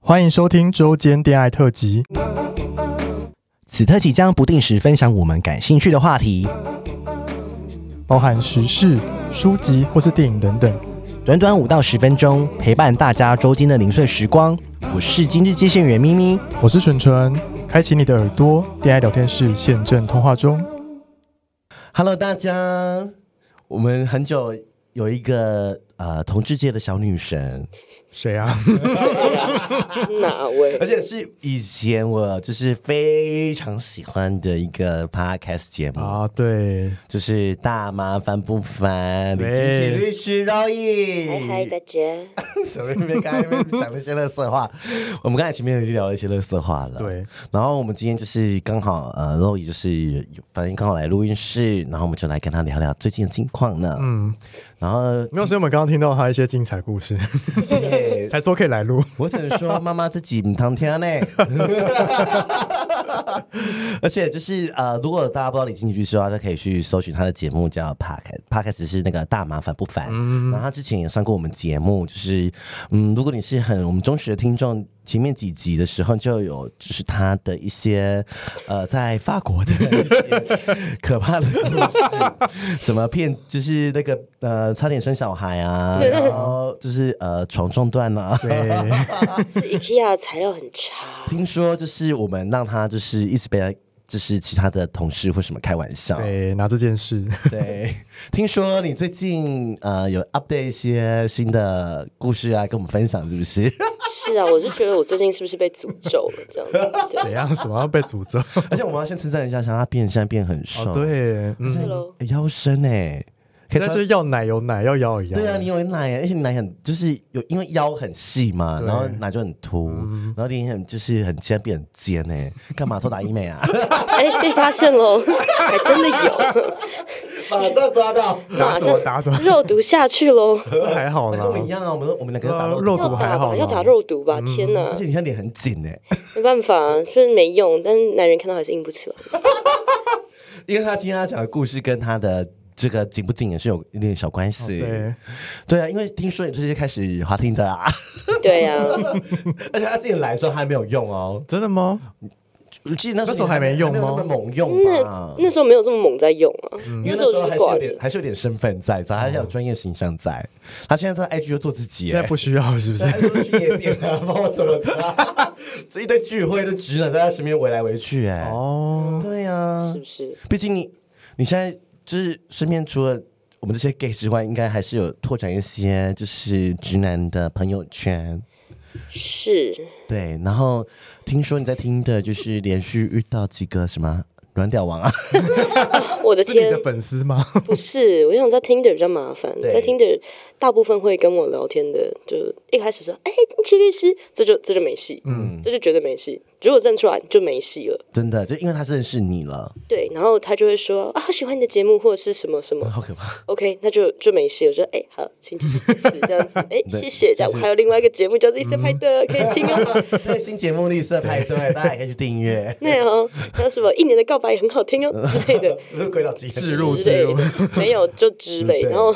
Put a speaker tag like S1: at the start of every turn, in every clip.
S1: 欢迎收听周间恋爱特辑。
S2: 此特辑将不定时分享我们感兴趣的话题，
S1: 包含时事、书籍或是电影等等。
S2: 短短五到十分钟，陪伴大家周间的零碎时光。我是今日接线员咪咪，
S1: 我是纯纯，开启你的耳朵，恋爱聊天室现正通话中。
S2: Hello，大家，我们很久有一个呃同志界的小女神，
S1: 谁啊？
S3: 哪位？
S2: 而且是以前我就是非常喜欢的一个 podcast 节目，
S1: 啊，对，
S2: 就是《大妈烦不烦》李金喜
S1: 对
S2: 律师 Roy。
S3: 嗨嗨，大家，
S2: 小妹妹刚才讲了一些乐色话，我们刚才前面已经聊了一些乐色话了。
S1: 对，
S2: 然后我们今天就是刚好呃，肉姨就是反正刚好来录音室，然后我们就来跟她聊聊最近的近况呢。
S1: 嗯，
S2: 然后
S1: 没有，所以我们刚刚听到他一些精彩故 事，
S2: 对
S1: 才说可以来录。
S2: 我只能说，妈妈自己唔当听呢。 而且就是呃，如果大家不知道李金奇师的话，就可以去搜寻他的节目叫 Podcast。Podcast 是那个大麻烦不烦？然后他之前也上过我们节目，就是嗯，如果你是很我们忠实的听众，前面几集的时候就有就是他的一些呃，在法国的一些可怕的故事，什么骗就是那个呃，差点生小孩啊，然后就是呃，床撞断了、
S1: 对，
S3: 是 IKEA 的材料很差，
S2: 听说就是我们让他就是一直被他就是其他的同事或什么开玩笑。
S1: 对，拿这件事，
S2: 对听说你最近呃有 update 一些新的故事啊，跟我们分享是不是？
S3: 是啊，我就觉得我最近是不是被诅咒了这样子？
S1: 怎
S3: 对，
S1: 啊样？怎么样被诅咒？
S2: 而且我们要先称赞一下，像他变现在变很瘦，
S1: 哦，对，嗯，
S3: 是喽，
S2: 欸，腰身哎、可
S1: 现
S2: 以
S1: 在
S2: 穿
S1: 就是要奶有奶，要腰有腰。
S2: 对啊，你有奶欸，而且你奶很就是有，因为腰很细嘛，
S1: 对
S2: 然后奶就很凸，然后脸很就是很尖，变很尖哎、干嘛偷打医美啊？
S3: 哎，被发现喽，还真的有，
S2: 马上抓到，
S1: 打
S3: 马
S1: 什么打 什么
S3: 上肉毒下去喽，
S1: 这还好
S2: 跟我们一
S1: 啦，
S2: 样啊，我们都我们两个都打
S1: 啊
S2: 肉毒
S1: 肉
S3: 要
S1: 毒还
S3: 打
S1: 好
S3: 吧，
S1: 啦
S3: 要打肉毒吧，天
S2: 嗯而
S3: 哪
S2: 且，你看脸很紧哎、
S3: 没办法，就是没用，但是男人看到还是硬不起来，
S2: 因为他今天他讲的故事跟他的这个紧不紧也是有一点小关系。
S1: 哦对，
S2: 对啊，因为听说你最近开始滑听的啊，
S3: 对啊，
S2: 而且他自己来说还没有用哦。
S1: 真的吗？
S2: 我记得那时
S1: 那时候还没
S2: 没
S1: 用吗
S2: 有那么猛用吧
S3: 那？那时候没有这么猛在用啊，
S2: 嗯因为那
S3: 时候
S2: 时
S3: 就
S2: 候还
S3: 是
S2: 是有
S3: 挂着
S2: 点，还是有点身份在，他还是有专业形象在。他现在在 IG 就做自己
S1: 哦
S2: 耶，
S1: 现在不需要是不是
S2: 对，？他就去夜店啊，包括什么的 啊，这一堆聚会的直男在他身边围来围去，哎，
S1: 哦，
S2: 对啊，
S3: 是不是？
S2: 毕竟你你现在就是身边除了我们这些 gay 之外，应该还是有拓展一些就是直男的朋友圈。
S3: 是，
S2: 对，然后听说你在听的就是连续遇到几个什么软屌王啊，
S3: 我的
S1: 是你
S3: 天
S1: 的，粉丝吗？
S3: 不是，我想在 Tinder 比较麻烦，
S2: 对
S3: 在 Tinder 大部分会跟我聊天的，就一开始说，哎、齐律师，这就这就没戏，嗯，这就绝对没戏。如果站出来就没戏了，
S2: 真的就因为他认识你了，
S3: 对。然后他就会说啊，喜欢你的节目或者是什么什么
S2: 好可怕。
S3: ，OK，那就就没戏了。我说，哎、好，请继续支持这样子，哎、
S2: 对
S3: 谢谢。这样，我还有另外一个节目叫《Z C 派对》，可以听哦。
S2: 对，新节目绿色派对，大家也可以去订阅。
S3: 那样哦，还有什么一年的告白也很好听哦之类的。
S2: 是鬼佬机
S1: 植入
S3: 之类的，没有就之类，
S2: 对
S3: 然后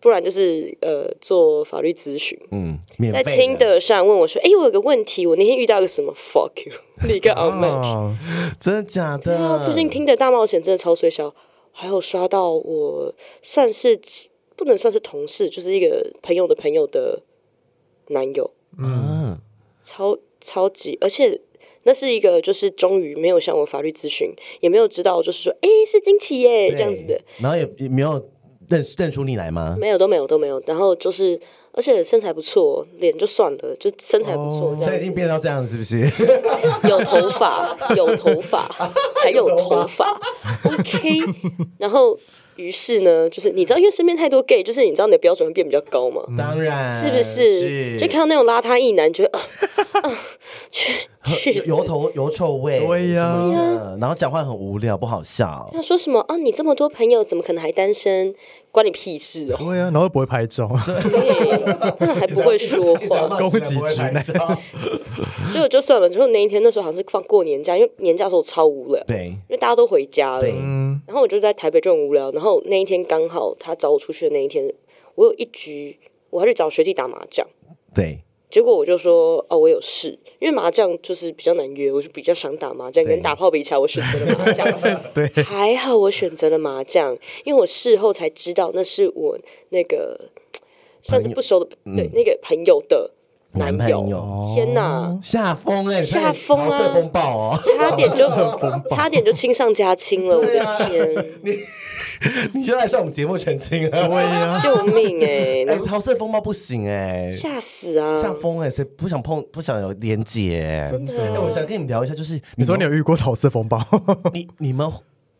S3: 不然就是呃做法律咨询，
S2: 嗯，免
S3: 在
S2: 费
S3: Tinder 上问我说，哎、我有个问题，我那天遇到个什么 fuck you，立刻 on match。
S1: 哦，
S2: 真的假
S3: 然
S2: 的？
S3: 啊后最近 Tinder 大冒险真的超水小，还有刷到我算是不能算是同事，就是一个朋友的朋友的男友，
S2: 嗯，
S3: 超超级，而且。那是一个，就是终于没有向我法律咨询，也没有知道，就是说，哎、是惊奇耶
S2: 对
S3: 这样子的，，
S2: 然后也也没有认识认出你来吗？
S3: 没有，都没有，都没有。然后就是，而且身材不错，哦脸就算了，就身材不错，这
S2: 现在
S3: 样
S2: 已
S3: 子
S2: 经变到这样，是不是？
S3: 有头发，有头 发，还有头发，OK。然后，于是呢，就是你知道，因为身边太多 gay，就是你知道你的标准会变比较高嘛，
S2: 当然，
S3: 是不是？就看到那种邋遢一男，觉得，啊啊 去去死。
S2: 油头油臭味，
S1: 对呀
S2: 什么的然后讲话很无聊，不好笑。
S3: 他说什么啊？你这么多朋友，怎么可能还单身？关你屁事哦！
S1: 对啊，然后又不会拍照，
S3: 对，还不会说
S2: 一直在
S3: 话
S2: 骂，
S1: 攻击直男
S2: 直男，
S3: 结果就算了。之后那一天，那时候好像是放过年假，因为年假的时候我超无聊，
S2: 对
S3: 因为大家都回家了。
S2: 对，
S1: 嗯，
S3: 然后我就在台北就很无聊，然后那一天刚好他找我出去的那一天，我有一局我要去找学弟打麻将，
S2: 对，
S3: 结果我就说哦，我有事，因为麻将就是比较难约，我就比较想打麻将，跟打炮比起来，我选择了麻将。
S1: 对，
S3: 还好我选择了麻将，因为我事后才知道那是我那个算是不熟的，对、那个朋友的
S2: 男朋
S3: 友。
S2: 友
S3: 天哪，
S2: 下风哎、欸，
S3: 下风啊
S2: 桃色风暴哦、
S3: 差点就差点就亲上加亲了，我
S2: 对
S3: 的
S2: 啊
S3: 天，
S2: 你就来上我们节目澄清啊！
S1: 对呀，
S3: 救命哎、
S2: 哎、
S3: 然后
S2: 桃色风暴不行哎、
S3: 吓死
S2: 下
S3: 啊！
S2: 风哎、谁不想碰，不想有连结、欸？
S1: 真的
S2: 哎、我想跟你们聊一下，就是
S1: 你说你
S2: 们
S1: 有遇过桃色风暴？
S2: 你你们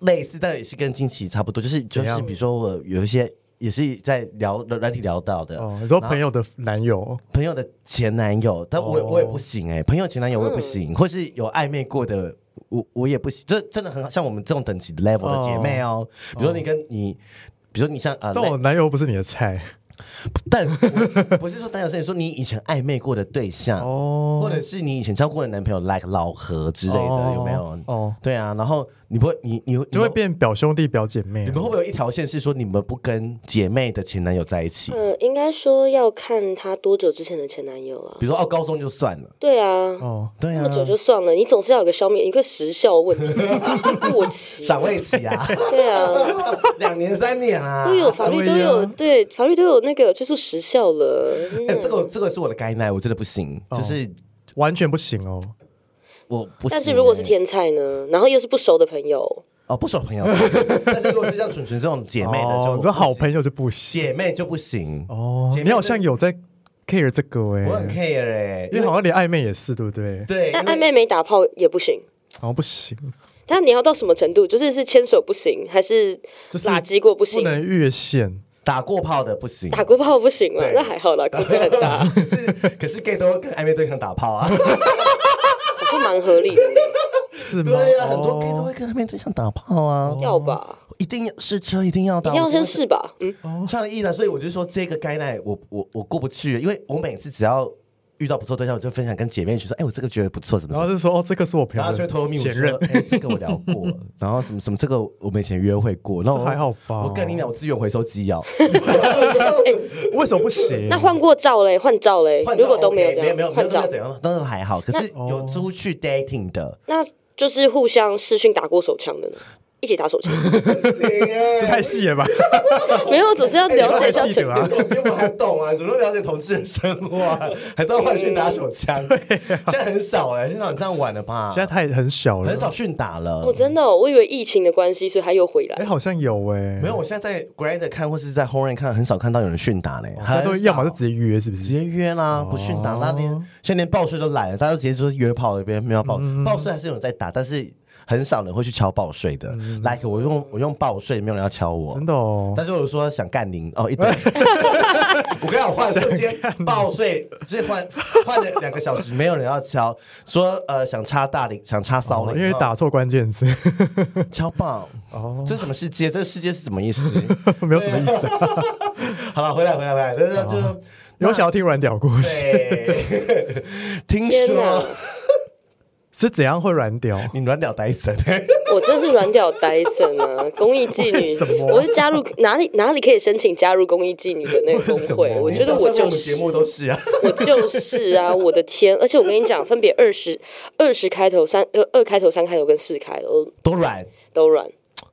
S2: 类似，但也是跟近期差不多，就是就是
S1: 样
S2: 比如说我有一些也是在聊软体聊到的，
S1: 哦，你说朋友的男友，
S2: 朋友的前男友，但
S1: 哦
S2: 我也、我也不行哎、朋友前男友我
S1: 嗯
S2: 也不行，或是有暧昧过的。我我也不行，这真的很好，像我们这种等级的 level 的姐妹哦。比如说你跟你，比如说你像啊，
S1: 但我男友不是你的菜
S2: 但我 不是说单友，是你说你以前暧昧过的对象，
S1: 哦
S2: 或者是你以前交过的男朋友，like 老何之类的，
S1: 哦
S2: 有没有？
S1: 哦，
S2: 对啊，然后你不会，你你
S1: 就会。
S2: 你
S1: 变表兄弟表姐妹
S2: 你
S1: 啊
S2: 们。会不会有一条线是说你们不跟姐妹的前男友在一起？
S3: 呃，应该说要看他多久之前的前男友了。
S2: 比如说哦，高中就算了，
S3: 对啊，
S1: 哦，
S2: 对
S3: 那
S2: 啊
S3: 么，久就算了，你总是要有个消灭一个时效问 题，过期。
S2: 赏味期啊，
S3: 对啊，
S2: 两年三年啊，
S3: 都有法律都有对法律都有那个追溯时效了。
S2: 哎、这个这个是我的该奈，我真的不行，
S3: 哦
S2: 就是
S1: 完全不行哦。
S2: 我不行欸、
S3: 但是如果是天菜呢，然后又是不熟的朋友，
S2: 哦不熟朋友， 但是如果是像纯纯这种姐妹的，
S1: 哦
S2: 就
S1: 你说好
S2: 友
S1: 朋友就不行
S2: 姐妹就不行
S1: 哦。
S2: 姐妹
S1: 你
S2: 就
S1: 好像有在 care 这个
S2: 我很
S1: 哎，
S2: care 哎、
S1: 因为好像连暧昧也是，对不对？
S2: 对，
S3: 但
S2: 因为
S3: 暧昧哎没打炮也不行。
S1: 好像不行，
S3: 但你要到什么程度？就是是牵手不行，还是
S1: 就是
S3: 拉鸡过不
S1: 不
S3: 行，
S1: 能越线。
S2: 打过炮的不行，
S3: 打过炮不行嘛？
S2: 对
S3: 那还好啦，空间很 大，哦
S2: 可是可是 gay 都跟暧昧对象打炮啊，
S3: 好像蛮合理的呢，
S1: 是吗？
S2: 对啊，很
S1: 哦
S2: 多 gay 都会跟暧昧对象打炮啊，
S3: 要吧？
S2: 一定要试车，一定要
S3: 一
S2: 打，
S3: 定要
S2: 我真
S3: 先
S2: 的是
S3: 试吧。嗯，
S2: 上亿的，所以我就说这个该奈我我我过不去，因为我每次只要遇到不错对象，我就分享跟姐妹去说，哎、我这个觉得不错，什么什
S1: 然后
S2: 么。
S1: 就说哦，这个是我朋
S2: 然后
S1: 友的
S2: 就会偷偷密我
S1: 前
S2: 说
S1: 任，，
S2: 哎、这个我聊过，然后什么什么，这个我们以前约会过，那我
S1: 这还好吧
S2: 我跟你讲，我资源回收机哦 要
S1: 为什么不行？
S3: 那换过照嘞，换照嘞
S2: 换，照
S3: 哎如果都没有
S2: OK，
S3: 这
S2: 没有
S3: 样，
S2: 没有没
S3: 换
S2: 有
S3: 照
S2: 那怎样，那都还好。可是
S1: 那
S2: 有出去 dating 的，
S3: 那就是互相视讯打过手枪的呢，一起打 手枪。
S2: 啊
S1: 太细了吧？
S3: 没有，总是要了解一下程
S1: 哎你把它记
S2: 怎
S3: 度。
S2: 么比啊我还懂啊？怎么了解同志的生活、啊？还是要换训打手枪？现在很少哎、现在很这样玩了吧？
S1: 现在太很小了，
S2: 很少训打了。
S3: 我真的哦、我以为疫情的关系，所以他又回
S1: 哎，
S3: 来。
S1: 好像有哎，
S2: 没有，，我现在在 Grad 看或是在 h o r e n 看，很少看到有人训打嘞，
S1: 现在都
S2: 很少哦
S1: 要么就直接约，是不
S2: 直
S1: 是？
S2: 接约啦，不训打啦，连现在连报税都懒了，大家都直接说约炮那边没有报报税还是有人在打，但是很少人会去敲报税的。Like 我用我用报税，没有人要敲我
S1: 真。的哦，
S2: 但是我说想干您哦，一堆。 我刚好换瞬间报税，这换换了两个小时，没有人要敲，说呃想插大龄，想插骚
S1: 哦
S2: 龄，
S1: 因为打错关键字，
S2: 哦敲爆哦，这什么世界？这个世界是什么意思？
S1: 没有什么意思。
S2: 好了，回来回来回来，就是就
S1: 有想要听软屌故事，
S2: 对，听
S3: 天哪
S2: 说，
S1: 是怎样会软屌？
S2: 你软屌呆神，
S3: 我真是软屌呆神啊！ 公益妓
S1: 为
S3: 女
S1: 什，么
S3: 我是加入哪里哪里可以申请加入公益妓女的那个工会？ 我觉得我
S2: 上
S3: 就
S2: 我们节
S3: 是
S2: 目都是啊，
S3: 我就是 啊！我的天！而且我跟你讲，分别二十二十开头、三呃二开头、三开头跟四开头
S2: 多软，
S3: 都软。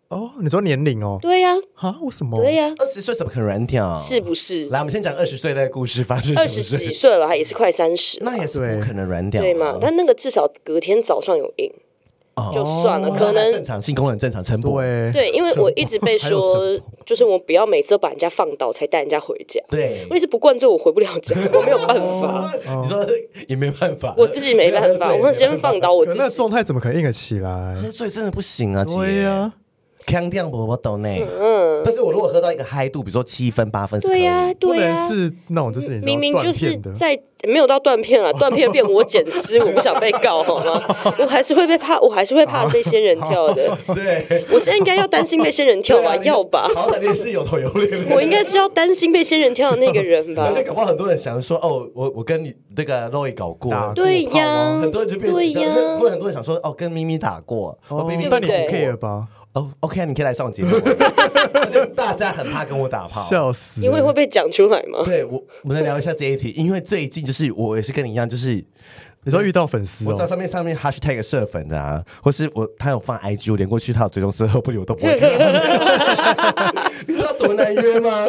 S1: 哦，你说年龄哦？
S3: 对呀、
S1: 啊，为什么？
S3: 对呀、
S2: 二十岁怎么可能软屌？
S3: 是不是？
S2: 来，我们先讲二十岁那个故事发生
S3: 二
S2: 什
S3: 十
S2: 么
S3: 几
S2: 事，
S3: 岁了，还也是快三十，
S2: 那也是
S1: 对
S2: 不可能软屌啊，
S3: 对
S1: 哦
S3: 吗？但那个至少隔天早上有赢，就算了，可能
S2: 正常性功能正常，陈勃
S1: 对
S3: 对，因为我一直被
S1: 还有什
S3: 说，就是我不要每次都把人家放倒才带人家回家。
S2: 对
S3: 我，一直不惯着我回不了家，我没有办
S1: 哦
S3: 法，
S2: 你说也没办法，
S3: 我自己没办法，我先放倒我
S1: 可
S3: 自
S1: 是那
S3: 己。
S1: 状态怎么可能硬得起来？
S2: 喝醉真的不行啊，姐
S1: 对呀，
S2: 腔调我我懂呢，嗯，但是我如果喝到一个嗨度，比如说七分八分是可以，
S3: 对呀，
S1: 不
S3: 对
S1: 能
S3: 呀，
S1: 是那种就是你知道
S3: 明明就
S1: 断
S3: 是
S1: 片的
S3: 在没有到断片了，断片变我捡尸，我不想被告好吗？我还是会被怕，我还是会怕被仙人 跳的。
S2: 对，
S3: 我现在应该要担心被仙人跳 吧？
S2: 对啊
S3: 要吧？
S2: 好歹你也是有头有脸，
S3: 我应该是要担心被仙人跳的那个人吧
S2: 而？且搞不好很多人想说，哦，我我跟你那个 Roy 搞过，
S1: 打过
S3: 对
S1: 炮吗
S3: 呀
S2: 很多人就变
S3: 对呀
S2: 或者很多人想说，哦，跟咪咪打过，我咪咪
S1: 哦但你不
S3: 对不对
S1: care 吧？
S2: 哦，OK，啊你可以来上 节目啊，而且大家很怕跟我打炮，
S1: 笑死！
S4: 因为会被讲出来吗？
S2: 对我，我们来聊一下这一题，因为最近就是我也是跟你一样，就是
S1: 你说遇到粉丝
S2: 我在
S1: 哦，
S2: 上面上面 hashtag 社粉的啊，或是我他有放 IG，我连过去他有追踪色后不理我都不会看。 你知道多难约吗？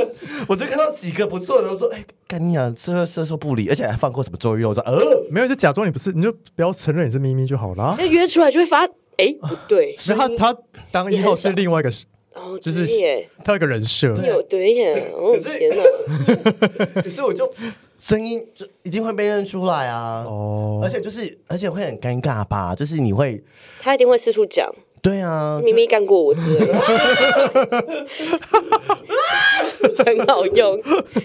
S2: 我就看到几个不错的，我说哎，干你啊，色色色不理，而且还放过什么周玉肉，我说呃，
S1: 没有就假装你不是，你就不要承认你是咪咪就好啦。
S4: 要约出来就会发，哎，不对，
S1: 是他他当一号是另外一个，
S4: 哦，
S1: 就是
S4: 对耶，
S1: 他有一个人设，
S4: 有对耶，哦
S2: 可是
S4: 天哪，
S2: 可是我就声音就一定会被认出来啊。
S1: 哦
S2: 而且就是，而且会很尴尬吧？就是你会，
S4: 他一定会四处讲，
S2: 对啊，
S4: 咪咪干过我之类的，很好用，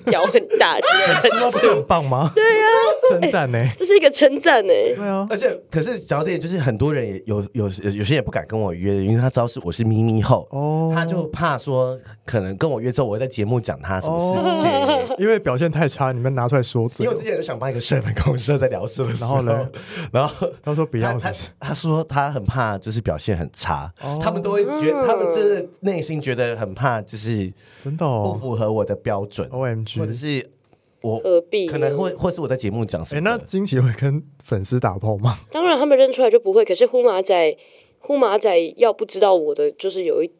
S4: 咬很大，之类的
S1: 知道不是很棒吗？对
S4: 啊
S1: 呀，称赞欸呢？
S4: 这是一个称赞呢。
S1: 对啊，
S2: 而且，可是讲到这点，就是很多人也有有有有些也不敢跟我约，因为他知道是我是咪咪后，
S1: 哦
S2: 他就怕说可能跟我约之后，我会在节目讲他什么事情。
S4: 哎
S1: 因为表现太差，你们拿出来说嘴
S2: 因为我。之前就想帮一个社粉公社在聊事的时候，
S1: 然后呢，
S2: 然后
S1: 他说不要
S2: 他他
S1: 是不是哦
S2: 他说他很怕，就是表现很差，他们都会觉得，他们真的内心觉得很怕，就是
S1: 真的
S2: 不
S1: 哦
S2: 符合我的标准
S1: OMG
S2: 或者是我
S4: 何必呢
S2: 可能会或是我在节目讲什
S1: 哎，
S2: 么
S1: 那
S2: 的，
S1: 金奇会跟粉丝打炮吗？
S4: 当然他们认出来就不会，可是呼麻仔，呼麻仔要不知道我的，就是有一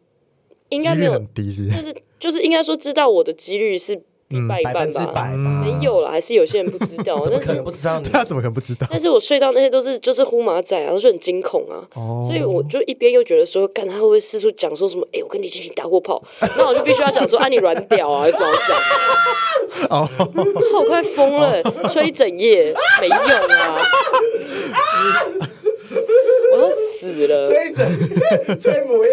S4: 应
S1: 几
S4: 该没
S1: 率
S4: 有，
S1: 很低，是不？
S4: 就是是就是应该说知道我的几率是一半一
S2: 嗯
S4: 半
S2: 百分之
S4: 吧，
S2: 百
S1: 嗯
S2: 吧，
S4: 没有了，还是有些人不知道，啊
S2: 怎么
S4: 但
S2: 可能
S4: 是
S2: 不知道你？
S1: 他怎么可能不知道？
S4: 但是我睡到那些都是就是呼麻仔啊，都是很惊恐啊，
S1: 哦
S4: 所以我就一边又觉得说，干他会不会四处讲说什么，哎、我跟李金群打过炮， 那我就必须要讲说，啊你软屌啊，有什么好讲的？ 哦，我快疯了，吹一整夜没用啊， 我要死了。
S2: 吹整 吹母音，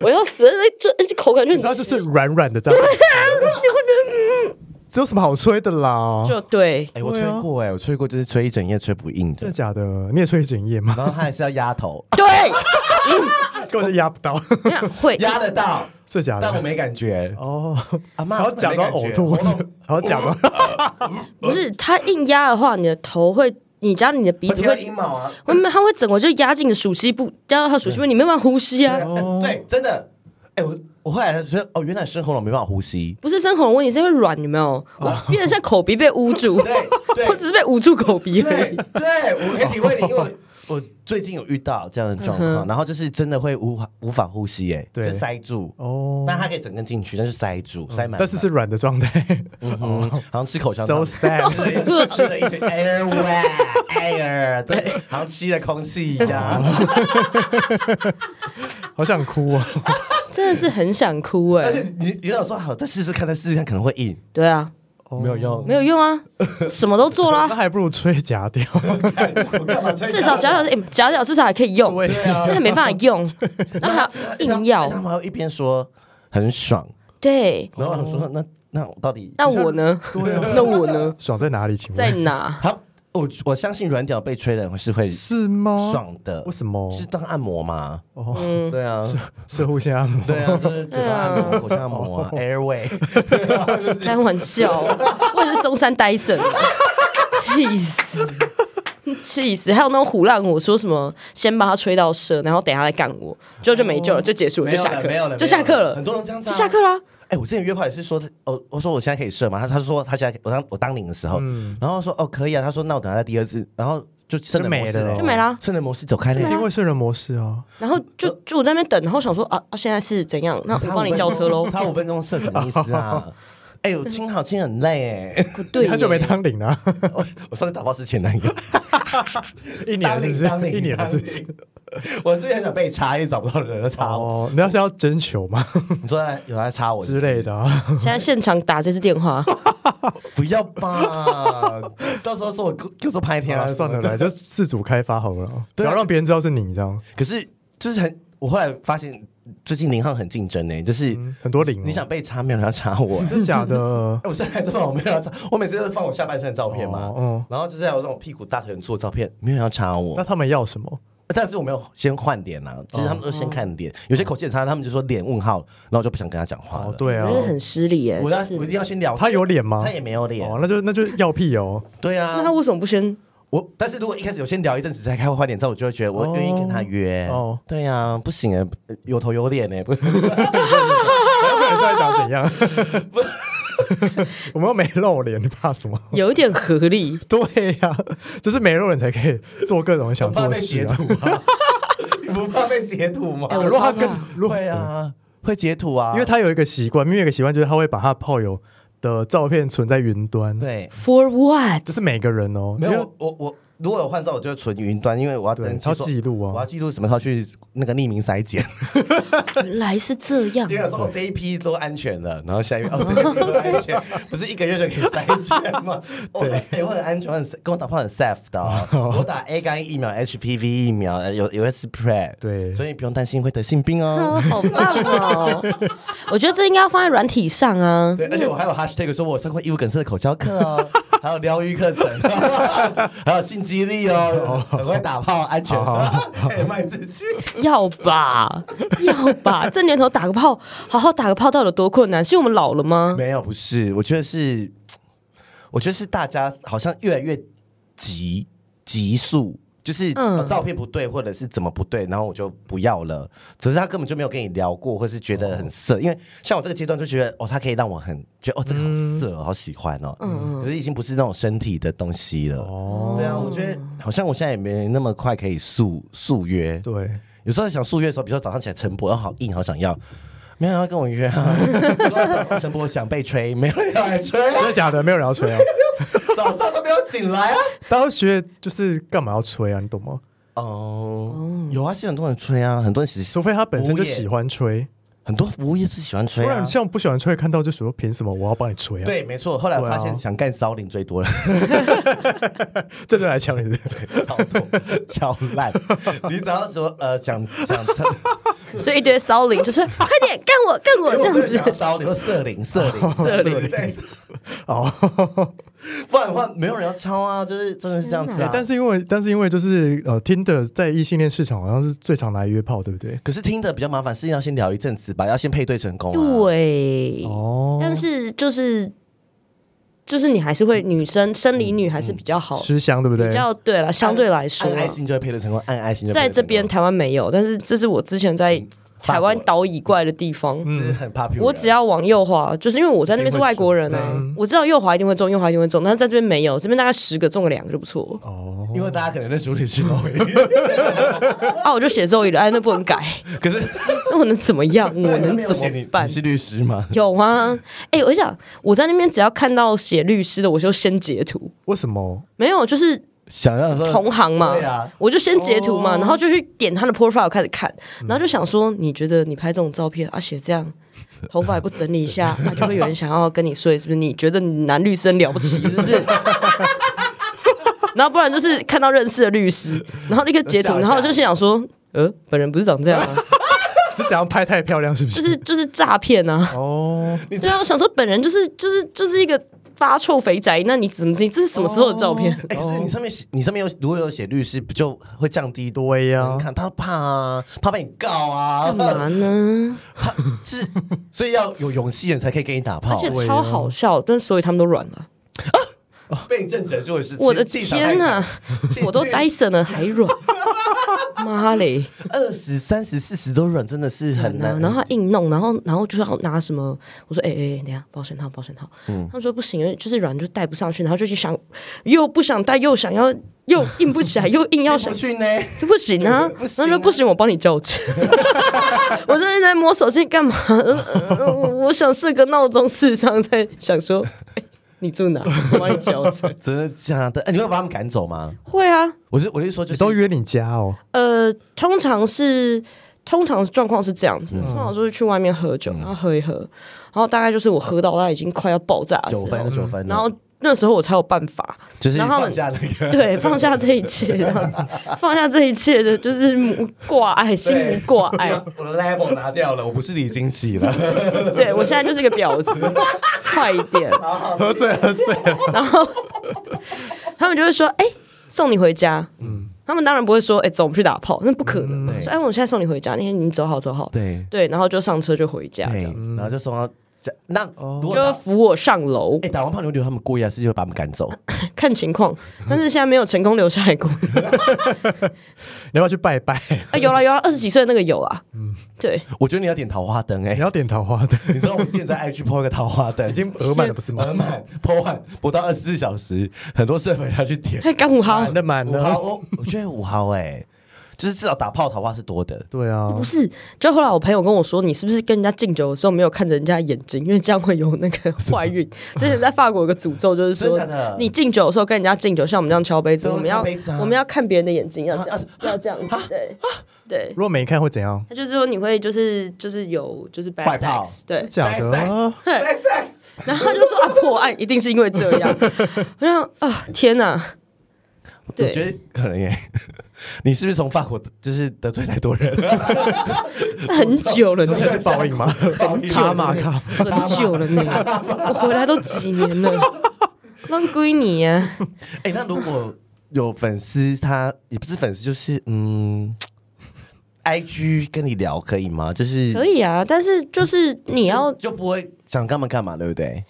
S4: 我要死了！哎这这口感就很
S1: 然后就
S4: 奇
S1: 是软软的这样，
S4: 啊
S1: 这有什么好吹的啦？
S4: 就对，
S2: 哎，我
S1: 对
S2: 吹
S1: 啊
S2: 过哎，我吹过，就是吹一整夜吹不硬
S1: 真
S2: 的
S1: 的，假的？你也吹一整夜吗？
S2: 然后他还是要压头，
S3: 对，
S1: 根本就压不到，
S3: 会
S2: 压得到，
S1: 真的假
S2: 但我
S1: 的？
S2: 没感觉。
S1: 哦，
S2: 阿妈
S1: 然后假装呕吐，然后假装
S3: 不
S2: 呃
S3: 是它硬压的话，你的头会，你加你的鼻
S2: 我
S3: 子
S2: 听到
S3: 会
S2: 阴，毛啊，
S3: 会它会整个就压进你的属膝部，压到它属膝部，你没办法呼吸啊。
S1: 哦
S2: 对，真的。哎，我我后来才觉得，哦，原来生喉咙没办法呼吸，
S3: 不是生喉咙问题，是因为软，有没有？我变得像口鼻被捂住，
S2: 哦 对对
S3: 我只是被捂住口鼻而
S2: 对
S3: 已。
S2: 对，我可以体会你，因为我。我最近有遇到这样的状况，然后就是真的会无法无法呼吸、哎，
S1: 对
S2: 就塞住。
S1: 哦，
S2: 但它可以整根进去，但是塞住，塞满。
S1: 但是是软的状态
S2: 嗯哼，好像吃口香
S1: ，so
S2: 糖， 哎
S1: sad。
S2: 吃了一堆 air wet air，对，哎好像吸了空气一样。
S1: 好想哭啊！
S3: 真的是很想哭哎、
S2: 而且你你想说好，再试试看，再试试看，可能会硬，
S3: 对啊，
S1: 哦
S2: 没有用。
S3: 没有用啊，什么都做
S1: 那
S3: 啦，
S1: 还不如吹假掉，
S2: 啊
S3: 至少夹脚是、哎夹脚至少还可以用，
S1: 对
S3: 那还没办法 用，然后还要硬
S2: 而且他
S3: 要，
S2: 们还会一边说很爽，
S3: 对。
S2: 然后我想说那那我到底
S3: 那我呢？
S2: 啊
S3: 那我呢？
S1: 爽在哪里？请
S3: 在
S1: 问
S3: 哪？
S2: 好，我我相信软屌被吹的是会
S1: 是
S3: 哦
S1: 吗？
S2: 爽的，
S1: 为什么
S2: 是当按摩嘛？
S1: 哦，
S3: 嗯
S2: 对啊，
S1: 射护线按摩，
S2: 对啊，就是嘴巴按摩、口腔按摩 啊，airway。
S3: 开玩笑，我也是松山呆神，气死，气死！还有那种唬烂我说什么，先把他吹到射，然后等一下来干我，就就没救了，就结束了，
S2: 没
S3: 就
S2: 有
S3: 下
S2: 了，
S3: 课，
S2: 没有了，
S3: 就下课了
S2: 很，多人这样子
S3: 就
S2: 啊
S3: 下课啦。
S2: 哎、我之前约炮也是说他，哦，我说我现在可以射嘛，他他说他现在我当我当零的时候，
S1: 嗯
S2: 然后说哦可以啊，他说那我等下再第二次，然后就圣人模式
S1: 就没了哦
S3: 就没啦
S2: 圣人模式走开了，
S1: 因为射人模式啊，
S3: 然后就就我在那边等，然后想说啊啊，现在是怎样？那我帮你叫车 喽。
S2: 差五分钟射什么意思啊？哎、我亲好亲很累哎、
S3: 不对耶，
S1: 很久没当领啊了，
S2: 我我上次打炮是前男友，
S1: 一年
S2: 当
S1: 了是
S2: 零
S1: 不
S2: 当
S1: 是？
S2: 零
S1: 一年了
S2: 当
S1: 是不是？
S2: 零我之前想被插，也找不到人来插我，
S1: 哦，你要是要征求吗
S2: 你说来有来插我
S1: 之类，的啊？
S3: 现在现场打这支电话，
S2: 不要吧， 到时候说我就是拍天啊，
S1: 啊，算了啦，就自主开发好了，不
S2: 对啊
S1: 要让别人知道是你，这样
S2: 可是就是很，我后来发现最近零号很竞争呢、欸就是。
S1: 很多零哦。
S2: 嗯你想被插，没有人要 插我、欸。
S1: 真的假 的？
S2: 哎我现在还这么我没有人要插，我每次都是放我下半身的照片嘛，
S1: 哦
S2: 然后就是要有那种屁股大腿很粗的照片，没有人要插
S1: 那
S2: 我。
S1: 他们要什么？
S2: 但是我没有先换脸啊，其实他们都先看脸，有些口气很差，他们就说脸问号，然后我就不想跟他讲话了。
S1: 哦，，对啊
S3: 真，的很失礼耶
S2: 我。要我一定要先聊。
S1: 他有脸吗
S2: 他也没有脸
S1: 哦，。那就那就要屁哦，
S2: 对啊
S3: 那他，为什么不先？
S2: 我但是如果一开始有先聊一阵子才开花点照，我就会觉得我愿意跟他约。
S1: 哦
S2: 哦，对呀、不行哎、有头有脸哎、不
S1: 有可能在长 怎样？我们又没露脸，你怕什么？
S3: 有一点合 理。
S1: 对呀、就是没露脸才可以做各种想做
S2: 怕
S1: 的
S2: 被
S1: 事
S2: 截
S1: 啊
S2: 图。啊？你不怕被截图吗？
S3: 哎我
S1: 如果他
S3: 超
S1: 跟
S3: 怕
S1: 如果
S2: 会啊，会截图啊，
S1: 因为他有一个习惯，因为有一个习惯就是他会把他炮友的照片存在云端，，
S2: 对
S3: For what？
S1: 这是每个人哦，
S2: 没
S1: 因为
S2: 有我我如果有换照，我就会存云端，因为我要
S1: 对
S2: 等
S1: 他要
S2: 说
S1: 记录啊
S2: 我要记录什么时候去那个匿名 筛检。
S3: 原来是这样
S2: 第。二说哦这一批都安全了，然后下一 批哦这一批都安全，不是一个月就可以筛检 吗？对，哎我很安全，我很跟我打炮很 safe 的哦、我打 A 肝疫苗、HPV 疫苗，呃有有的是 Pre，
S1: 对
S2: 所以不用担心会得性病 哦。
S3: 啊好棒 哦！我觉得这应该要放在软体上啊。
S2: 对，而且我还有 hashtag 说我上过义务梗塞的口交课哦，还有疗愈课程，还有性激励哦，很会打炮，安全， 可以卖自己。
S3: 要吧， 要吧，这年头打个炮，好好打个炮到底有多困难？是因为我们老了吗？
S2: 没有，不是，我觉得是，我觉得是大家好像越来越急急速，就是、
S3: 嗯
S2: 呃照片不对，或者是怎么不对，然后我就不要了。只是他根本就没有跟你聊过，或是觉得很
S3: 嗯
S2: 色，因为像我这个阶段就觉得哦，他可以让我很觉得哦，这个好色哦、好喜欢哦，
S3: 嗯
S2: 可是已经不是那种身体的东西了。
S1: 哦，
S2: 对啊，我觉得好像我现在也没那么快可以速速约。
S1: 对，
S2: 有时候想速约的时候，比如说早上起来晨勃，哦好硬，好想要，没有人要跟我约 啊。说晨勃想被吹，没有人要来吹，
S1: 真的假的？没有人要吹啊！
S2: 早上都没有醒来啊。
S1: 大家学就是干嘛要吹啊？你懂吗？
S2: 哦，有啊，是很多人吹啊，很多人其实
S1: 除非他本身就喜欢吹，
S2: 很多服务业是喜欢吹
S1: 不
S2: 啊
S1: 然。像不喜欢吹，看到就说凭什么我要帮你吹啊？
S2: 对，没错。后来我发
S1: 对啊
S2: 现想干骚领最多了，
S1: 这就来抢你的，
S2: 超痛，超烂。你只要说呃想想
S3: 所以一堆骚灵就是快点干我干 我这样子。
S2: 想骚领色领色 领色领，对
S1: 哦。
S2: 不然的话没有人要敲啊，就是真的是这样子 啊。
S1: 但是因为，但是因为就是呃，Tinder 在异性恋市场好像是最常来约炮，对不对？
S2: 可是听的比较麻烦，是要先聊一阵子吧，要先配对成功、啊。
S3: 对，
S1: 哦，
S3: 但是就是就是你还是会女生生理女还是比较好，
S1: 吃香对不对
S3: 比？较对了，相对来说
S2: 按嗯
S3: 啊，
S2: 爱心就会配对成功，按爱心就
S3: 在这边
S2: 配
S3: 台湾没有，但是这是我之前
S2: 嗯
S3: 在台湾岛以外的地方。
S2: 对成功这是很 popular。
S3: 我只要往右滑，就是因为我在那边是外国人
S1: 一定会
S3: 啊
S1: 中，嗯
S3: 我知道右滑一定会中，右滑一定会中，但是在这边没有，这边大概十个中个两个就不错了。
S1: 哦，
S2: 因为大家可能在主理区都会，
S3: 啊，我就写咒语了，哎，那不能改，
S2: 可是
S3: 那我能怎么样？ 我能怎么 办
S2: 你？是律师吗？
S3: 有啊，哎、我想我在那边只要看到写律师的，我就先截图，
S1: 为什么？
S3: 没有，就是
S2: 想要说
S3: 同行嘛，
S2: 嗯对啊哦
S3: 我就先截图嘛，然后就去点他的 profile 开始看，
S2: 嗯
S3: 然后就想说，你觉得你拍这种照片啊，写这样。 头发也不整理 一下，那就会有人想要跟你睡，是不是？你觉得你男律师很了不起，是不 是？然后不然就是看到认识的 律师，然后立刻截
S2: 吓
S3: 图，
S2: 一
S3: 然
S2: 跳
S3: 后就心想说，呃，本人不是长这 样啊，
S1: 是怎样拍太漂亮？是不是？
S3: 就是就是诈骗啊。
S1: 哦，
S3: 对啊，我想说本人就是就是就是一个发臭肥宅，那你怎么你这是什么时候的照片？
S2: 哎，可是你上面写，你上面有如果有写律师，不就会降低多？
S1: 对呀、
S2: 你看他怕啊，怕被你告 啊，
S3: 干嘛呢？
S2: 怕 是，所以要有勇气的人才可以跟你打
S3: 而
S2: 炮
S3: 且。超好笑，但所以他们都软了。
S2: 被你正直说的是，
S3: 我的天
S2: 哪
S3: 呐，，我都呆神了还 软，妈嘞！
S2: 二十三十四十都软，真的是很
S3: 然
S2: 难
S3: 后。然后他硬弄，然后然后就是要拿什么？我说哎哎、欸等一下保险套保险套。
S2: 嗯
S3: 他们说不行，因为就是软就戴不上去，然后就去想又不想戴，又想要又硬 不起来，又硬要
S2: 进
S3: 想
S2: 不去呢，
S3: 就不行啊，
S2: 不行啊
S3: 然后说不行，我帮你 叫钱。我在那在摸手机干嘛？呃呃我我想设个闹钟，事实上在想说，哎你住哪？我帮你叫 钱。
S2: 真的假的？哎，你会把他们赶走吗？
S3: 会啊，
S2: 我是我是说，就
S1: 你
S2: 是
S1: 都约你家哦，
S3: 呃，通常是通常状况是这样子，通常就是去外面喝酒，然后喝一喝，然后大概就是我喝到他已经快要爆炸的时
S2: 九分
S3: 候
S2: 的，九分了，啊
S3: 哦嗯然后那时候我才有办 法，
S2: 就是
S3: 然后他们
S2: 放下那个，
S3: 对，放下这一切，这样子放下这一切的，就是无挂碍，心无挂碍。
S2: 我的 level 拿掉了，我不是李金喜了。
S3: 对我现在就是个婊 子，快一点。
S1: 喝醉喝醉了，
S3: 他们就会说：“哎、送你回家。”嗯，他们当然不会说：“哎、走，我们去打炮。”那不可能嘛。
S2: 对
S3: 说：“哎、我现在送你回家，那天你走好走好。”
S2: 对
S3: 对，然后就上车就回家这
S2: 对
S1: 嗯
S3: 样。，
S2: 然后就送到哦这那
S1: 哦
S2: 如果
S3: 就
S2: 打
S3: 会扶我上楼
S2: 哎、，打完泡妞流他们过夜，是就会把我们赶 走。
S3: 看情况。但是现在没有成功留下来 过。
S1: 你要不要去拜拜？
S3: 啊，有了有了，二十几岁的那个有啊。嗯，对，
S2: 我觉得你要点桃花灯哎、
S1: 你要点桃花的，
S2: 你知道我们 之前在 IG 抛一个桃花灯，
S1: 已经额满了不是吗
S2: 额满抛完不到二十四小时，很多社粉要去点。
S3: 还刚五号
S2: 啊
S1: 满的满
S2: 五号，
S1: 的。
S2: 我我觉得五号哎、就是至少打泡桃花是多的。
S1: 对啊，
S3: 不是，就后来我朋友跟我说，你是不是跟人家敬酒的时候没有看着人家眼睛，因为这样会有那个坏 运。之前在法国有个诅咒，就是说
S2: 真的假的
S3: 你敬酒的时候跟人家敬酒，像我们这样敲杯子，
S2: 对
S3: 我们要
S2: 敲杯子啊
S3: 我们要看别人的眼睛，要这样
S2: 啊
S3: 要这样子，对对。
S1: 如果没看会怎样？
S3: 他就是说你会就是就是有就是 bad
S2: 坏泡
S3: sex，对，
S1: 假的啊，
S2: Nice sex
S3: 然后他就说啊破案一定是因为这样，我想啊天哪，
S2: 我觉
S3: 对，
S2: 得可能耶、 你是不是从法国就是得罪太多人 了？
S3: 很久了呢，
S1: 是报应吗？
S2: 报应
S1: 卡玛卡，
S3: 很久了呢，我回来都几年了，浪归你啊，
S2: 哎、那如果有粉丝他，也不是粉丝，就是嗯，IG 跟你聊可以吗？就是
S3: 可以啊，但是就是你要，
S2: 就不会想干嘛干嘛，对不对？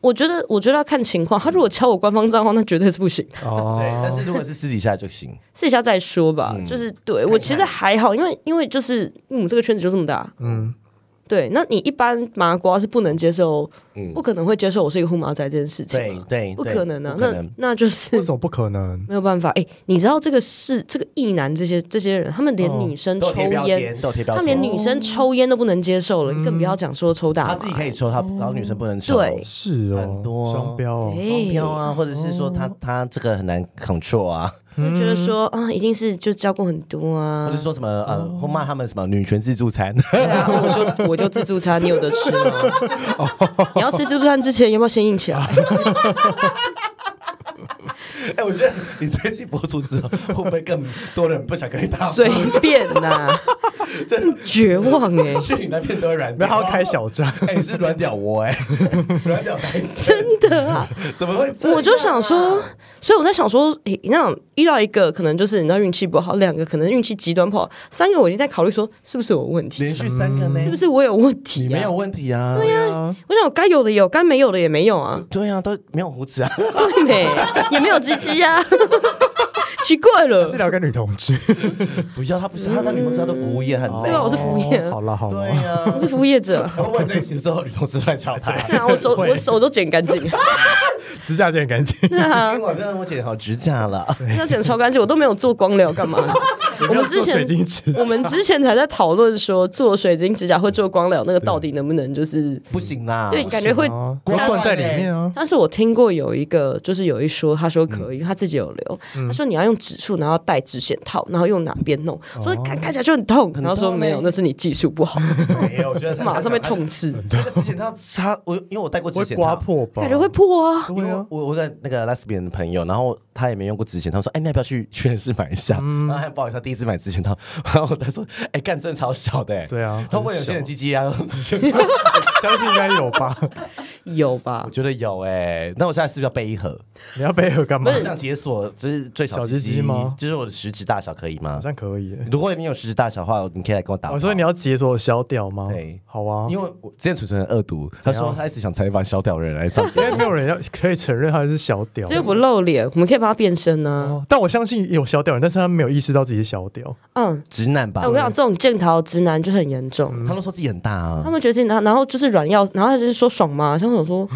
S3: 我觉得我觉得要看情况，他如果敲我官方账号，那绝对是不行，
S2: 对，但
S1: 哦，
S2: 是如果是私底下就行。
S3: 试一下再说吧，
S2: 嗯
S3: 就是对我其实还好，因为因为就是我们这个圈子就这么大，
S1: 嗯，
S3: 对，那你一般麻瓜是不能接受，不可能会接受 我是一个护马仔这件事
S2: 嗯
S3: 情
S2: 对
S3: 嘛，
S2: 对，
S3: 不
S2: 对
S3: 可能啊，
S2: 不可
S3: 那
S2: 能
S3: 那就是
S1: 为什么不可能？
S3: 没有办法。哎、你知道这个是这个异男这些这些人，他们连女生
S2: 哦都有
S3: 抽
S2: 贴标
S3: 烟，
S2: 签，都有贴
S3: 他
S2: 标
S3: 们连
S2: 签。
S3: 女生抽烟都不能接受了，你更不要讲说抽大麻。
S2: 他自己可以抽，他然后女生不能抽。
S3: 嗯对
S1: 是
S2: 很
S1: 哦，
S2: 多
S1: 双标哦，
S3: 哎哦
S2: 双标啊，或者是说他他这个很难 control 啊，
S3: 就觉得说啊，一定是就教过很多啊
S2: 或者。说什么呃，
S3: 哦
S2: 会骂他们什么女权自助餐，
S3: 对啊，我就我就自助餐，你有得吃吗？
S2: 哦
S3: 你要吃自助餐之前，要不要先硬起 来？
S2: 哎、我觉得你最近播出之后，会不会更多人不想跟你搭
S3: 随
S2: 配？
S3: 便呐、
S2: 真
S3: 绝 望哎、
S2: 去你那边都会软
S1: 然
S2: 掉，
S1: 后开小站，
S2: 哎、你是软屌窝哎、软屌呆子，
S3: 真的啊。
S2: 怎么会这样？
S3: 我就想说，所以我在想说，诶那种遇到一个可能就是你知道运气不好，两个可能运气极端不好，三个我已经在考虑说是不是我有问题，
S2: 连续三个呢，
S3: 是不是我有问
S2: 你
S3: 题、
S2: 没
S3: 啊？
S2: 有问题啊？对呀、啊，
S3: 我想我该有的有，该没有的也没有啊，
S2: 对呀、都没有胡子啊，
S3: 对没？也没有鸡鸡啊， 奇怪了
S1: 是。聊个女同志，
S2: 不要他不是他，他女同志他都服务业很累
S3: 对，啊，我是服务业
S1: 哦
S3: 啊，
S1: 好了好
S2: 对
S1: 了，
S2: 呀、
S3: 我是服务业者。
S2: 然后我在一起之后，女同志乱吵他，
S3: 对啊，我手
S1: 会
S3: 我手都剪干净，
S1: 指甲剪干净，
S3: 对啊
S2: 今，晚上我剪好指甲了，
S3: 要剪超干净，我都没有做光疗干嘛？我们之
S1: 水
S3: 前
S1: 晶指甲
S3: 我们之前才在讨论说做水晶指甲会做光疗，那个到底能不能就是
S2: 不行啦，
S3: 对，感觉会
S1: 啊不要灌在里面啊，
S3: 但是我听过有一个，就是有一说，他说可以，因为他自己有留，他说你要用指腹，然后戴指显套，然后用哪边弄，所以看看起来就哦很痛，然后说
S2: 痛
S3: 没有，
S2: 欸
S3: 那是你技术 不好，
S2: 没有，我觉得他
S3: 马上被痛。斥，
S2: 那个指甲套插我，因为我戴过
S1: 不会
S2: 指甲
S1: 刮
S2: 套，
S1: 破吧？
S3: 感觉会破啊。
S2: 因为我我在那个拉斯比的朋友，然后他也没用过之前，他说：“哎、你要不要去屈臣氏买一下？”
S1: 嗯
S2: 然后还不好意思，他第一次买之前套，然后他说：“哎、干真的超小的、欸。”
S1: 对啊
S2: 他问有些人鸡 鸡啊，之前
S1: 相信应该有吧？
S3: 有吧
S2: 我？觉得有哎、那我现在是不是要备一盒？
S1: 你要配合干嘛
S3: 嗯
S2: 我？想解锁就是最小
S1: 小鸡鸡吗
S2: 就是我的食指大小可以吗
S1: 好？像可以耶。
S2: 如果你有食指大小的话，你可以来跟我打炮。
S1: 哦，所以你要解锁小屌吗？
S2: 对
S1: 好啊，因
S2: 因为我之前蠢蠢很恶毒，他说他一直想采访小屌人来上节目。
S1: 为没有人要可以承认他是小屌
S3: 这。又不露脸，我们可以帮他变身啊呢、
S1: 哦但我相信有小屌人，但是他没有意识到自己是小屌。
S3: 嗯，
S2: 直男吧
S3: 哎，我，跟你讲，这种剑桃直男就很严重。
S2: 他都说自己很大
S3: 他
S2: 啊，
S3: 们觉得自己然后然后就是软药，然后他就是说爽吗？像我说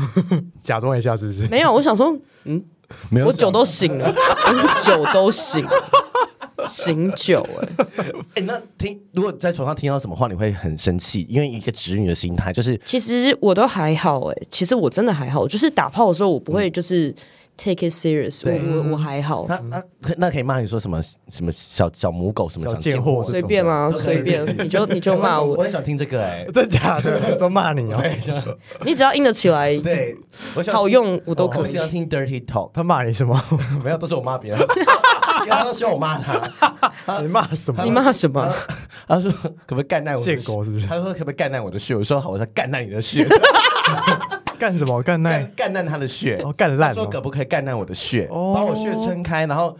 S1: 假装一下是不是？
S3: 嗯没有，我想说，嗯，
S2: 没有
S3: 我酒都醒 了，我酒都醒，醒酒哎、
S2: 哎、那听如果在床上听到什么话，你会很生气，因为一个直女的心态就是
S3: 其实我都还好哎、其实我真的还好，就是打炮的时候我不会就是 take it serious，、
S2: 嗯对
S3: 我我我还
S1: 哦
S3: 好，
S2: 那
S1: 嗯
S2: 那可那可以骂你说什么什么小小母狗什么
S1: 小
S2: 想
S1: 贱
S2: 见
S1: 货
S2: 货
S1: 这
S3: 随便啦，
S2: 都可以
S3: 随便，你就你就骂
S2: 我
S3: 我，
S2: 很想听这个哎、
S1: 真假的？都骂你哦！
S3: 你只要硬得起来，
S2: 对，我想听哦
S3: 好，用我都
S2: 我
S3: 可以
S2: 喜。欢听 dirty talk，
S1: 他骂你什么？
S2: 没有都是我骂别人，因为他都希望我骂他，
S1: 你骂什么
S3: 你？骂什么？
S2: 他说可不可以干烂我的
S1: 贱狗是不是
S2: 他说可不可以干烂我的血？我说好，我说干烂你的血。
S1: 干什么？干
S2: 干
S1: 那
S2: 干烂他的血
S1: 哎哦，干烂
S2: 说
S1: 哦
S2: 可不可以干烂我的血，
S1: 哦
S2: 把我血撑开，然后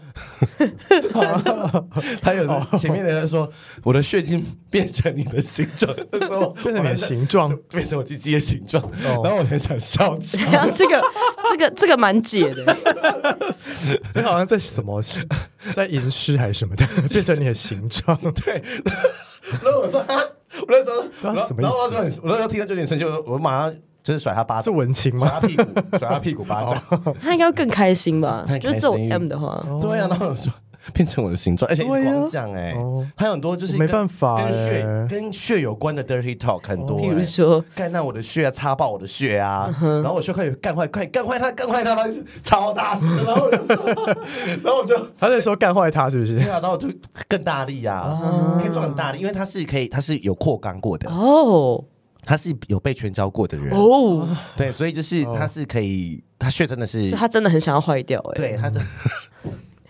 S2: 他有的前面的人说我的血已经变成你的形状， 那时候
S1: 变成你的形状，哦
S2: 变成我鸡鸡的形状，然后我很想笑起来。
S3: 然后啊这个这个这个蛮解的，
S1: 你好像在什 么，在吟诗还是什么的，变成你的形状。
S2: 对，然后我说，啊我那时候，
S1: 他
S2: 然后
S1: 什么意思
S2: 然后我那时候很，我那时候听到这点生气，我说我马上就是甩他巴
S1: 是
S2: 掌，
S1: 文青
S2: 甩
S1: 吗？哦
S2: 他屁股，甩他屁股 巴掌。
S3: 他应该会更开心吧
S2: 他？很
S3: 就是这
S2: 开
S3: 种
S2: 心
S3: M 的话，
S2: 对啊，然后我说。变成我的形状，而且一直
S1: 对啊
S2: 光讲哎、
S1: 哦
S2: 还有很多就是
S1: 没
S2: 跟
S1: 办法
S2: 跟
S1: 欸
S2: 血跟血有关的 dirty talk 很多、欸，
S3: 哦比如说嗯
S2: 干烂我的血啊，擦爆我的血啊，然后我就开始干坏，快干坏他，干坏他，然后就超大声，然后我就 说，然后我就
S1: 他在说干坏他是不
S2: 对
S1: 是？
S2: 啊，然后我就更大力啊，可以撞很大力，因为他是可以，他是有扩肛过的，
S3: 哦
S2: 他是有被全交过的人，
S3: 哦，
S2: 对，所以就是他是可以，他血真的是
S3: 就，他真的很想要坏掉哎、
S2: 对他真的，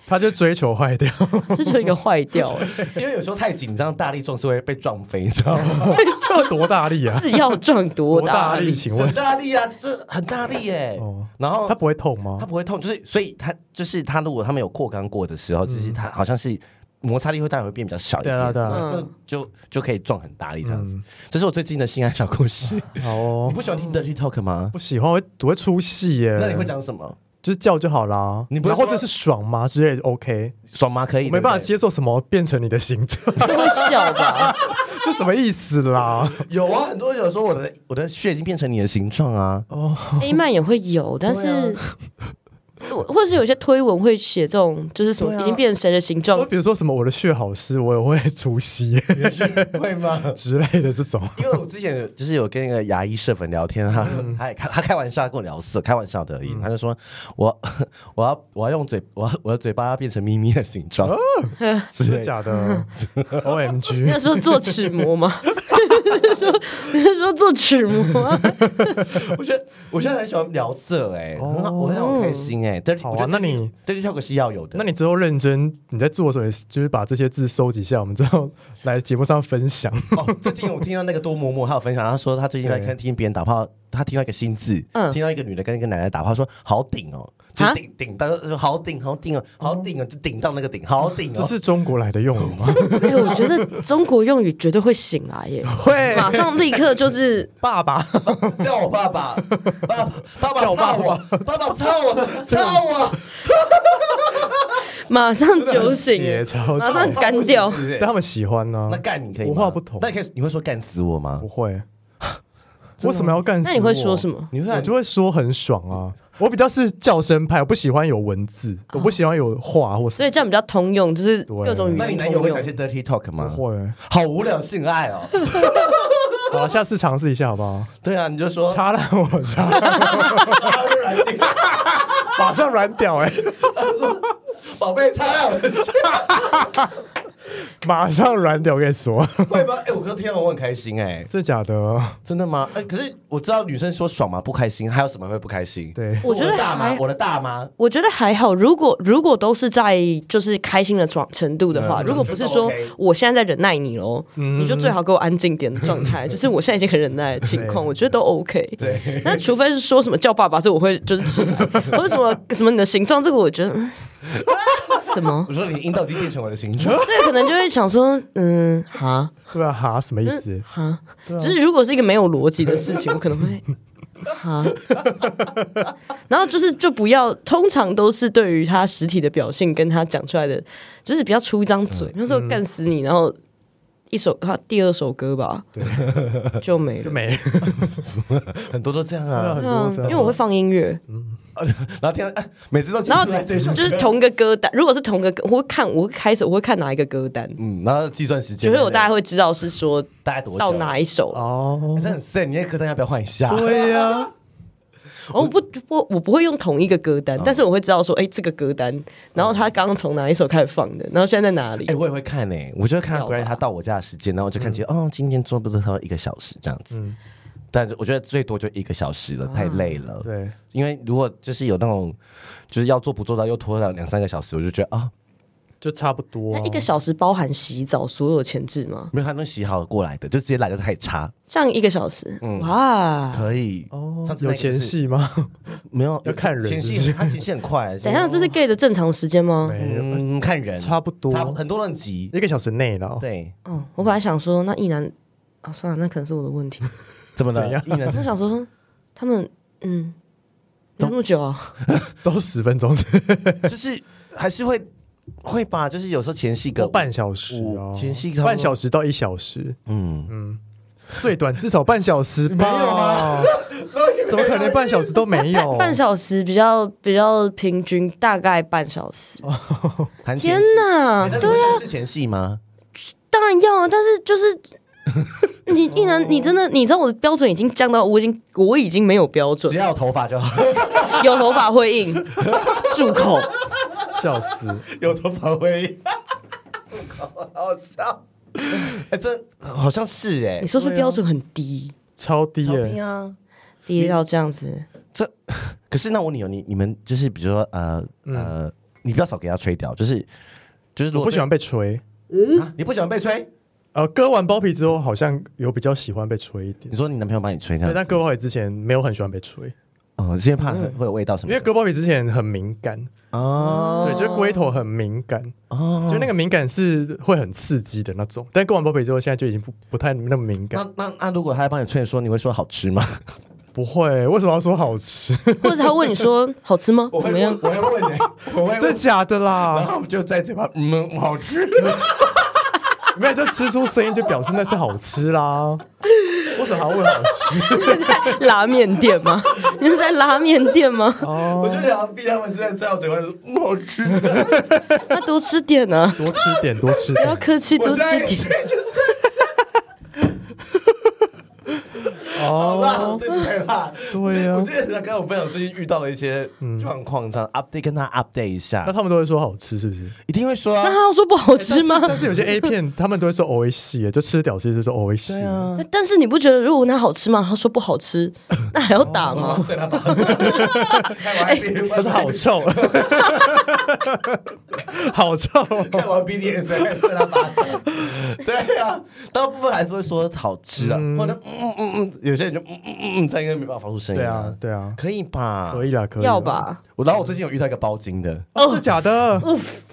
S1: 他就追求坏 掉，
S3: 这就是一个坏掉、欸，
S2: 因为有时候太紧张，大力撞是会被撞飞，你知道吗？
S1: 这多大力啊！
S3: 是要撞多
S1: 多
S3: 大
S1: 大
S3: 力
S1: 力？？请问
S2: 很大力啊，这很大力耶
S1: 哦，
S2: 然后
S1: 他不会痛吗
S2: 他？不会痛，就是所以他就是他，如果他们有扩肛过的时候，就是他好像是摩擦力会当然会变比较小一
S1: 嗯
S2: 点，
S1: 对啊对啊
S2: 那那就就可以撞很大力这样子。这是我最近的性爱小故事。
S1: 好 哦
S2: 你，不喜欢听 dirty talk 吗
S1: 不？喜欢我会我会出戏耶。
S2: 那你会讲什么？
S1: 就是叫就好啦，
S2: 你不会
S1: 然后
S2: 说
S1: 或者是爽吗之类的？OK，
S2: 爽吗？可以，
S1: 我没办法
S2: 对
S1: 接受什么变成你的形 状，
S3: 这会笑吧？
S1: 这什么意思啦？
S2: 不对。有啊，很多人有说我的我的血已经变成你的形状啊。
S1: 哦
S3: A 漫也会有，但是、或者是有些推文会写这种，就是什么、
S2: 对啊
S3: 已经变成谁的形状
S1: 我，比如说什么我的血好湿，我也会出戏 耶
S2: 你的血会吗？
S1: 之类的这 种。
S2: 因为我之前有就是有跟一个牙医社粉聊天，他
S1: 嗯
S2: 他也开他开玩笑跟我聊色，开玩笑的而已。他就说我 我要我要用嘴我要我的嘴巴要变成咪咪的 形状，
S1: 真的假 的
S3: 那
S1: ？OMG！
S3: 时候做齿模吗？ 那时候那时候做齿模 啊，
S2: 我觉得我现在很喜欢聊色哎、
S1: 哦
S2: 很好，我很好开心哎、但是
S1: 好啊
S2: 我觉得
S1: 那你
S2: dirty talk 是要有的，
S1: 那你之后认真你在做的时候，也是就是把这些字收集一下，我们之后来节目上分享。
S2: 哦，最近我听到那个多嬷嬷，她有分享，她说她最近在看听别人打炮，她听到一个新字，
S3: 嗯
S2: 听到一个女的跟一个奶奶打炮，说好顶哦，就
S3: 啊
S2: 顶顶到好顶好顶哦，好顶哦，就顶到那个顶，好 顶
S1: 这
S2: 哦。
S1: 是中国来的用语吗？
S3: 哎、我觉得中国用语绝对会醒来耶，
S1: 会
S3: 马上立刻就是
S1: 爸爸，
S2: 叫我 爸爸，爸爸，爸爸
S1: 叫
S2: 操
S1: 爸
S2: 我，爸爸操 我，操我，
S3: 马上酒醒耶
S1: 真的很邪，超
S3: 马上干掉。
S2: 是不是
S1: 但他们喜欢呢、
S2: 那干你可以吗
S1: 文化不同
S2: 那你可以你会说干死我吗
S1: 不？会。为什么要干死
S3: 那
S1: 我？
S3: 你会说什么？
S2: 你会
S1: 我就会说很爽啊。我比较是叫声派，我不喜欢有文字，我不喜欢有话或什
S3: 所
S1: 么。
S3: 以这样比较通用，就是
S1: 对
S3: 各种语
S2: 那你
S3: 言
S2: 男友
S3: 通
S2: 会讲
S3: 用
S2: 一。些 dirty talk 吗？
S1: 不会，
S2: 好无聊性爱哦。
S1: 好，下次尝试一下好不好？
S2: 对啊，你就说
S1: 插烂我，插 烂我，
S2: 插入软体，
S1: 马上软屌哎、
S2: 宝贝插入软体
S1: 马上软屌，我跟你说，
S2: 会吗？哎、我刚听到我很开心哎、
S1: 真的假的？
S2: 真的吗？哎、可是我知道女生说爽嘛不开心，还有什么会不开心？
S1: 对，
S3: 我觉得
S2: 的大妈
S3: 还，
S2: 我的大妈，
S3: 我觉得还好，如果如果都是在就是开心的状程度的话，
S2: 嗯
S3: 如果不是说
S2: 就都 OK 嗯
S3: 我现在在忍耐你喽，你就最好给我安静点的状 态，就是我现在已经很忍耐的情况，
S1: 对
S3: 我觉得都 OK。
S2: 对，
S3: 那除非是说什么叫爸爸，这我会就是起来，或者什 么什么你的形状，这个我觉得嗯什么，
S2: 我说你阴道已经变成我的 形状，
S3: 这个可能就会想说，嗯，哈
S1: 对啊，哈，什么意思？
S3: 哈，就是如果是一个没有逻辑的事情，我可能会。哈，然后就是就不要，通常都是对于他实体的表现跟他讲出来的，就是比较出一张嘴，比如说干死你，然后一首他第二首歌吧， 就没
S1: 就
S3: 了。
S1: 没了，
S2: 很多都这样
S1: 对啊
S2: 啊
S1: 很。多这
S3: 因为
S1: 样。
S3: 我会放音乐，
S2: 然后听到，哎、每次都记
S3: 然后
S2: 出来这一首歌
S3: 就是同一个歌单，如果是同一个歌，我会看，我会开始我会看哪一个歌单，
S2: 嗯，然后计算时间，
S3: 所以我大概
S2: 概
S3: 会知道是说
S2: 大概多久哎
S3: 到？哪一首。
S1: 哦，
S2: 你这很 sad，你那歌单要不要换一下？
S1: 对呀、
S3: 哦，不不， 我不会用同一个歌
S2: 哦
S3: 单，但是我会知道说，哎、这个歌单，然后他刚刚从哪一首开始放的，然后现在在哪里
S2: 哎、？我也会看呢、我就会看
S3: 要吧
S2: Granny 他到我家的时间，然后我就看起来，
S1: 嗯
S2: 哦，今天做不到一个小时这样子。但是我觉得最多就一个小时了，
S3: 啊
S2: 太累了。
S1: 对，
S2: 因为如果就是有那种就是要做不做到又拖了两三个小时，我就觉得啊，
S1: 就差不多啊、
S3: 一个小时包含洗澡所有前置吗？
S2: 没有，他们洗好了过来的，就直接来的太差，
S3: 这样一个小时，
S2: 嗯
S3: 哇！
S2: 可以。
S1: 哦
S2: 上，次那
S1: 有
S2: 个
S1: 前
S2: 是嗯
S1: 戏吗？
S2: 没有
S1: 要看人
S2: 前
S1: 是不
S2: 戏
S1: 是
S2: 他前戏很快，
S3: 等一下，这是 gay 的正常时间吗？
S1: 没有，
S2: 嗯看人
S1: 差不多嗯
S2: 差很多人急，
S1: 一个小时内了。
S2: 对，
S3: 哦，我本来想说，那一男，哦，算了，那可能是我的问 题。
S2: 怎么了
S1: 怎样？
S2: 一人
S3: 我想说，他们，嗯，聊那么久啊？
S1: 都十分钟，
S2: 就是还是会会吧，就是有时候前戏个
S1: 都半小时
S2: 五
S1: 哦，
S2: 前戏差不多
S1: 半小时到一小时，
S2: 嗯，
S1: 最短至少半小时吧？没有吗？怎么可能半小时都没
S2: 哦
S1: 有？
S3: 半小时比较比较平均，大概半小时。
S2: 哦含前
S3: 天
S2: 戏
S3: 哪，
S2: 那你们
S3: 对，啊
S2: 重视前戏吗？
S3: 当然要啊，但是就是 你一
S2: 哦
S3: 男，你真的，你知道我的标准已经降到，我已经我已经没有标准
S2: 只，要有头发就好，
S3: 有头发会 硬，住口。
S2: 啊
S1: 笑死！
S2: 有头发会。好笑。哎， 这好像是哎
S3: 你，说是标准很低，
S1: 超低欸
S2: 超
S1: 耶、
S2: 低啊！
S3: 低到这样子，
S2: 这可是那我你有你你们就是比如说呃呃，你不要少给他吹掉，就是就是如
S1: 我
S2: 果
S1: 不喜欢被吹。
S2: 被啊你不喜欢被吹，
S1: 呃，割完包皮之后，好像有比较喜欢被吹一点
S2: 你。说你男朋友帮你吹这
S1: 对，
S2: 样
S1: 但
S2: 子，
S1: 割包皮之前没有很喜欢被吹，
S2: 哦，是因为怕会有味道什
S1: 因
S2: 么
S1: 为
S2: 的？
S1: 割包皮之前很敏感，
S2: 哦
S1: 对，就是龟头很敏感，
S2: 哦，
S1: 就那个敏感是会很刺激的那种。但割完包皮之后，现在就已经不不太那么敏感，
S2: 那那那如果他帮你吹的时候，你会说好吃吗？
S1: 不会。为什么要说好吃？
S3: 或者他问 你说好吃吗？怎么样？
S2: 我会问你，欸我会
S1: 真的假的啦？
S2: 后就在嘴巴，嗯，好吃。
S1: 没有，就吃出声音就表示那是好吃啦。为什么还要问好 吃？
S3: 在拉面店吗？你是在拉面店吗？
S2: 我就想逼他们现在在我嘴巴，嗯，好 吃。
S3: 那多吃点呢、啊，
S1: 多吃点，多吃
S3: 不要
S1: 点。
S3: 客气，多吃点。
S2: 好
S3: 哦
S2: 啦，最害怕。
S1: 对啊
S2: 我之前在跟我朋友最近遇到了一些
S3: 嗯
S2: 状况，这样 update 跟他 update 一
S1: 那
S2: 下，
S1: 他们都会说好吃，是不是？
S2: 一定会说
S3: 那
S2: 啊。
S3: 他要说不好吃吗？
S1: 但是有些 A 片，他们都会说 O A 系，就吃屌丝就说 O A 系。
S2: 对啊，
S3: 但是你不觉得如果那好吃吗？他说不好吃，那还要打
S2: 哇
S3: 吗？
S2: 塞，哎他把， 他
S3: 哎
S1: 他说好臭， 好臭。
S2: 看完 BDSM 在他巴掌。对啊，大部分还是会说好吃啊，或者嗯嗯嗯，有些人就嗯嗯嗯，这样应该没办法发出声音。
S1: 对啊，，对啊，
S2: 可以吧？
S1: 可以啦，可以啦。
S3: 要吧？
S2: 我然后我最近有遇到一个包金的，
S1: 哦，是假的。